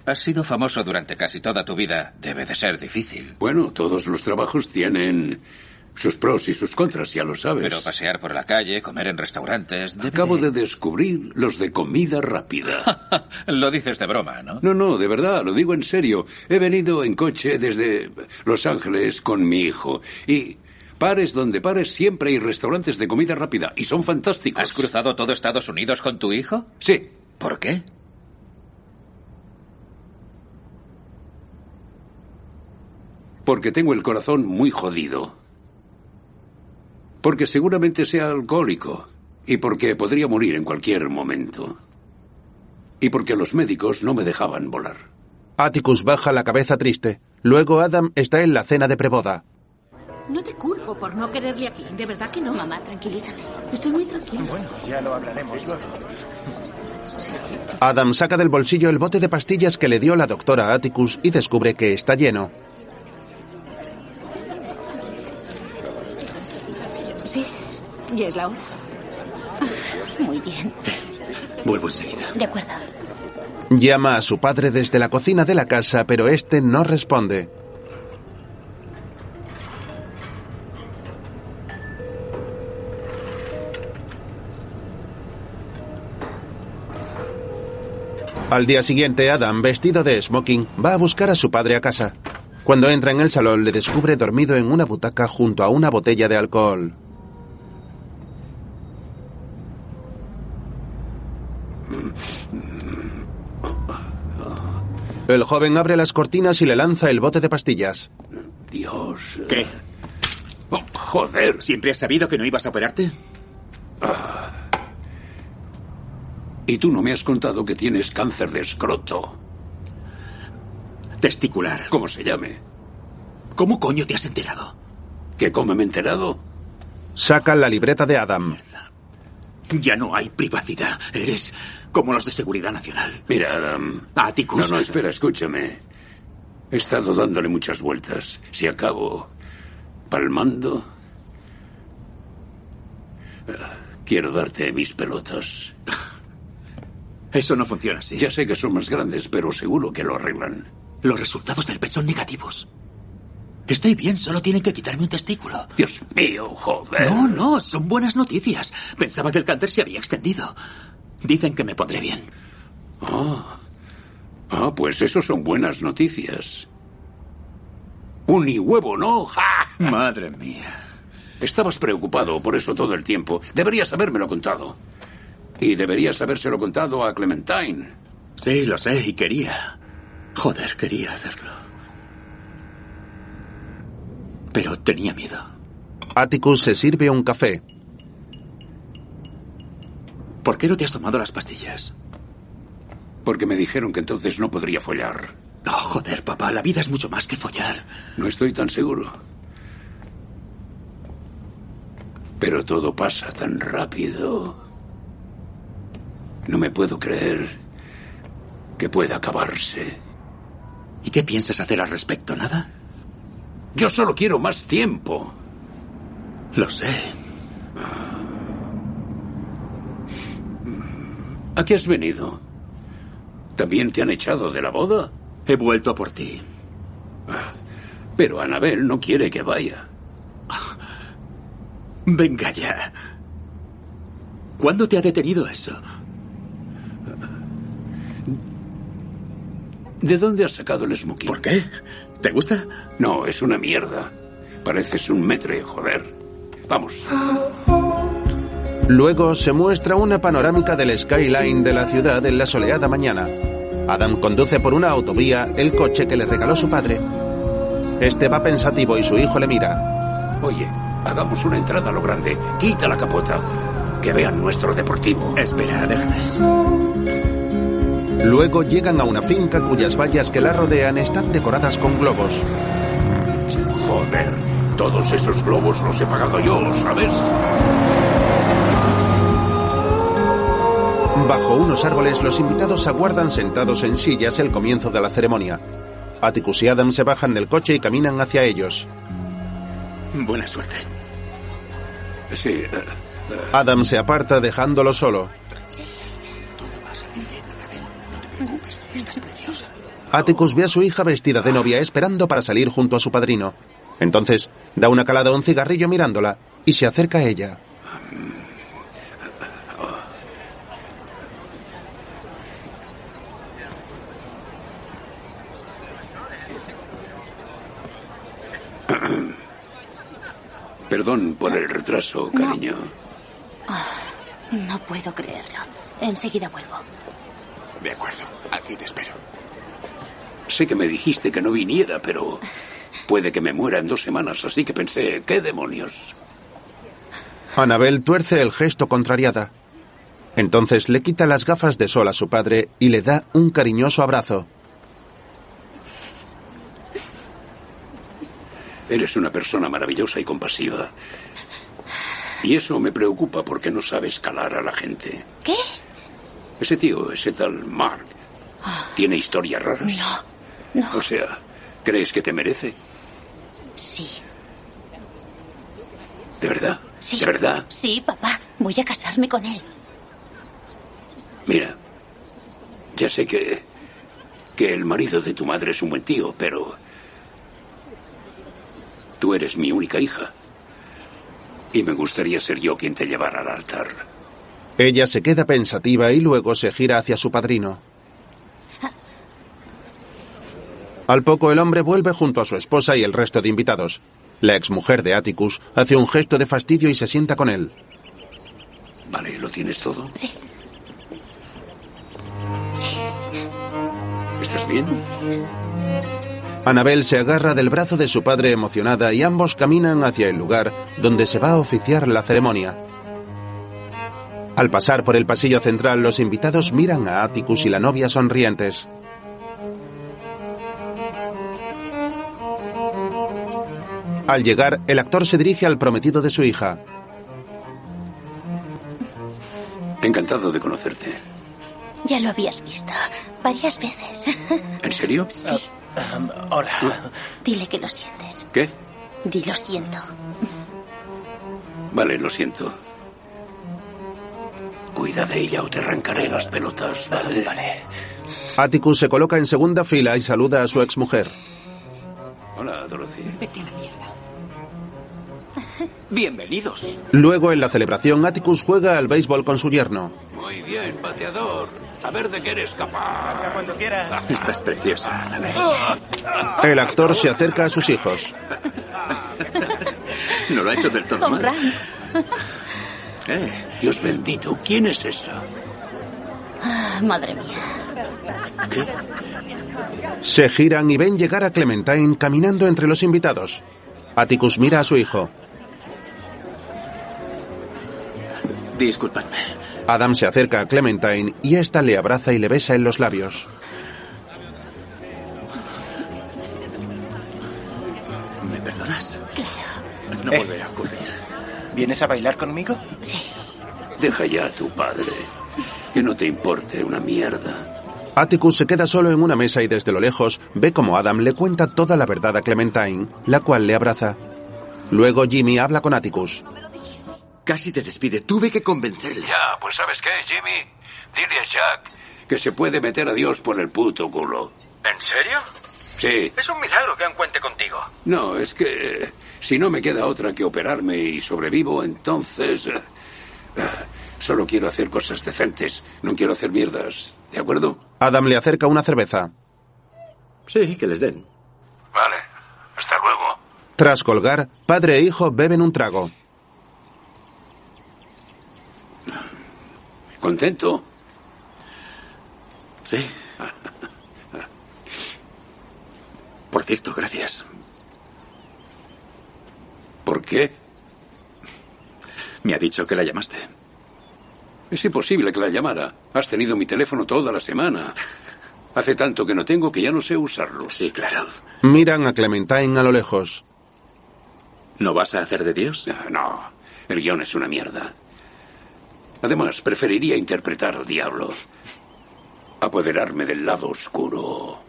Has sido famoso durante casi toda tu vida. Debe de ser difícil. Bueno, todos los trabajos tienen sus pros y sus contras, ya lo sabes. Pero pasear por la calle, comer en restaurantes... debe Acabo de descubrir los de comida rápida. Lo dices de broma, ¿no? ¿Ah? No, no, de verdad, lo digo en serio. He venido en coche desde Los Ángeles con mi hijo. Y pares donde pares, siempre hay restaurantes de comida rápida. Y son fantásticos. ¿Has cruzado todo Estados Unidos con tu hijo? Sí. ¿Por qué? Porque tengo el corazón muy jodido. Porque seguramente sea alcohólico. Y porque podría morir en cualquier momento. Y porque los médicos no me dejaban volar. Atticus baja la cabeza triste. Luego Adam está en la cena de preboda. No te culpo por no quererle aquí. De verdad que no. Mamá, tranquilízate. Estoy muy tranquila. Bueno, Ya lo hablaremos luego. Adam saca del bolsillo el bote de pastillas que le dio la doctora Atticus y descubre que está lleno. Sí, ya es la hora. Ah, Muy bien. Vuelvo enseguida. De acuerdo. Llama a su padre desde la cocina de la casa, pero este no responde. Al día siguiente, Adam, vestido de smoking, va a buscar a su padre a casa. Cuando entra en el salón, le descubre dormido en una butaca junto a una botella de alcohol. El joven abre las cortinas y le lanza el bote de pastillas. Dios. ¿Qué? Oh, joder. ¿Siempre has sabido que no ibas a operarte? Y tú no me has contado que tienes cáncer de escroto. Testicular. ¿Cómo se llame? ¿Cómo coño te has enterado? ¿Que cómo me he enterado? Saca la libreta de Adam. Ya no hay privacidad. Eres como los de Seguridad Nacional. Mira, Adam. Atticus. No, no, espera, escúchame. He estado dándole muchas vueltas. Si acabo palmando. Quiero darte mis pelotas. Eso no funciona así. Ya sé que son más grandes, pero seguro que lo arreglan. Los resultados del PET son negativos. Estoy bien, solo tienen que quitarme un testículo. Dios mío, joder. No, no, son buenas noticias. Pensaba que el cáncer se había extendido. Dicen que me pondré bien. Ah. Ah, pues eso son buenas noticias. Un y huevo, ¿no? ¡Ja! Madre mía. Estabas preocupado por eso todo el tiempo. Deberías habérmelo contado. Y deberías habérselo contado a Clementine. Sí, lo sé, y quería. Joder, quería hacerlo. Pero tenía miedo. Atticus se sirve un café. ¿Por qué no te has tomado las pastillas? Porque me dijeron que entonces no podría follar. No, oh, joder, papá, la vida es mucho más que follar. No estoy tan seguro. Pero todo pasa tan rápido. No me puedo creer que pueda acabarse. ¿Y qué piensas hacer al respecto? ¿Nada? Yo solo quiero más tiempo. Lo sé. ¿A qué has venido? ¿También te han echado de la boda? He vuelto a por ti. Pero Anabel no quiere que vaya. Venga ya. ¿Cuándo te ha detenido eso? ¿De dónde has sacado el smoking? ¿Por qué? ¿Te gusta? No, es una mierda. Pareces un metre, joder. Vamos. Luego se muestra una panorámica del skyline de la ciudad en la soleada mañana. Adam conduce por una autovía el coche que le regaló su padre. Este va pensativo y su hijo le mira. Oye, hagamos una entrada a lo grande. Quita la capota. Que vean nuestro deportivo. Espera, déjales. Luego llegan a una finca cuyas vallas que la rodean están decoradas con globos. Joder, todos esos globos los he pagado yo, ¿sabes? Bajo unos árboles, los invitados aguardan sentados en sillas el comienzo de la ceremonia. Atticus y Adam se bajan del coche y caminan hacia ellos. Buena suerte. Sí. eh, Adam se aparta dejándolo solo. Atticus ve a su hija vestida de novia esperando para salir junto a su padrino. Entonces, da una calada a un cigarrillo mirándola y se acerca a ella. Perdón por el retraso, cariño. Ah, No puedo creerlo. Enseguida vuelvo. De acuerdo, aquí te espero. Sé que me dijiste que no viniera, pero puede que me muera en dos semanas, así que pensé, ¿qué demonios? Anabel tuerce el gesto contrariada. Entonces le quita las gafas de sol a su padre y le da un cariñoso abrazo. Eres una persona maravillosa y compasiva. Y eso me preocupa porque no sabes calar a la gente. ¿Qué? Ese tío, ese tal Mark, tiene historias raras. No, no. O sea, ¿crees que te merece? Sí, ¿De verdad? sí. ¿De verdad? Sí, papá. Voy a casarme con él. Mira, ya sé que. que el marido de tu madre es un buen tío, pero. tú eres mi única hija. Y me gustaría ser yo quien te llevara al altar. Ella se queda pensativa y luego se gira hacia su padrino. Al poco el hombre vuelve junto a su esposa y el resto de invitados. La exmujer de Atticus hace un gesto de fastidio y se sienta con él. Vale, ¿lo tienes todo? Sí. ¿Estás bien? Anabel se agarra del brazo de su padre emocionada y ambos caminan hacia el lugar donde se va a oficiar la ceremonia. Al pasar por el pasillo central, los invitados miran a Atticus y la novia sonrientes. Al llegar, el actor se dirige al prometido de su hija. Encantado de conocerte. Ya lo habías visto varias veces. ¿En serio? Ah, Hola. Dile que lo sientes. ¿Qué? Di lo siento. Vale, lo siento. Cuida de ella o te arrancaré las pelotas, ¿vale? Vale. Atticus se coloca en segunda fila y saluda a su exmujer. Hola, Dorothy. Vete a la mierda. Bienvenidos. Luego, en la celebración, Atticus juega al béisbol con su yerno. Muy bien, pateador. A ver de qué eres capaz. cuando quieras. Estás ¿eh? preciosa, Anabel. Ah. El actor se acerca a sus hijos. No lo ha hecho del todo mal. Ran. Eh, Dios bendito, ¿quién es esa? Ah, madre mía. Se giran y ven llegar a Clementine caminando entre los invitados. Atticus mira a su hijo. Disculpadme. Adam se acerca a Clementine y ésta le abraza y le besa en los labios. ¿Me perdonas? Claro. No volverá a ocurrir. ¿Vienes a bailar conmigo? Deja ya a tu padre. Que no te importe una mierda. Atticus se queda solo en una mesa y desde lo lejos ve como Adam le cuenta toda la verdad a Clementine, la cual le abraza. Luego Jimmy habla con Atticus. Casi te despide. Tuve que convencerle. Ya, pues ¿sabes qué, Jimmy? Dile a Jack. Que se puede meter a Dios por el puto culo. ¿En serio? Sí. Es un milagro que aún cuente contigo. No, es que eh, si no me queda otra que operarme y sobrevivo, entonces... eh, eh, Solo quiero hacer cosas decentes. No quiero hacer mierdas. ¿De acuerdo? Adam le acerca una cerveza. Sí, que les den. Vale. Hasta luego. Tras colgar, padre e hijo beben un trago. ¿Contento? Sí. Por cierto, gracias. ¿Por qué? Me ha dicho que la llamaste. Es imposible que la llamara. Has tenido mi teléfono toda la semana. Hace tanto que no tengo que ya no sé usarlo. Sí, claro. Miran a Clementine a lo lejos. ¿No vas a hacer de Dios? Ah, No, el guión es una mierda. Además, preferiría interpretar al diablo. Apoderarme del lado oscuro.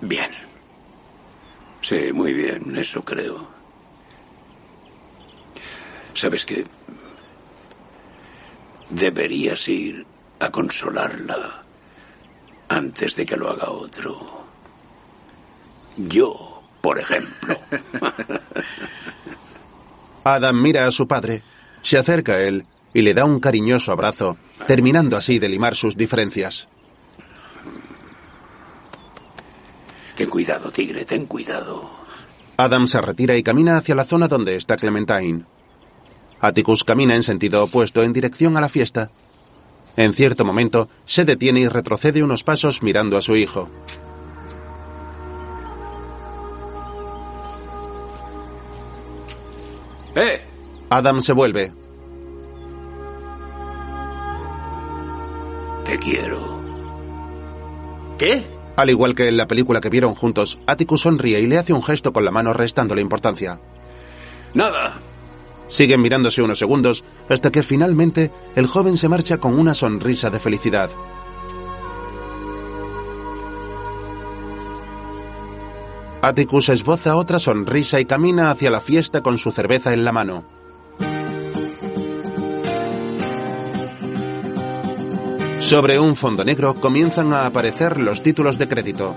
Bien. Sí, muy bien, eso creo. ¿Sabes qué? Deberías ir a consolarla antes de que lo haga otro. Yo, por ejemplo. Adam mira a su padre, se acerca a él y le da un cariñoso abrazo, terminando así de limar sus diferencias. Ten cuidado, tigre, ten cuidado. Adam se retira y camina hacia la zona donde está Clementine. Atticus camina en sentido opuesto en dirección a la fiesta. En cierto momento, se detiene y retrocede unos pasos mirando a su hijo. ¡Eh! Adam se vuelve. Te quiero. ¿Qué? Al igual que en la película que vieron juntos, Atticus sonríe y le hace un gesto con la mano restándole importancia. Nada. Siguen mirándose unos segundos hasta que finalmente el joven se marcha con una sonrisa de felicidad. Atticus esboza otra sonrisa y camina hacia la fiesta con su cerveza en la mano. Sobre un fondo negro comienzan a aparecer los títulos de crédito.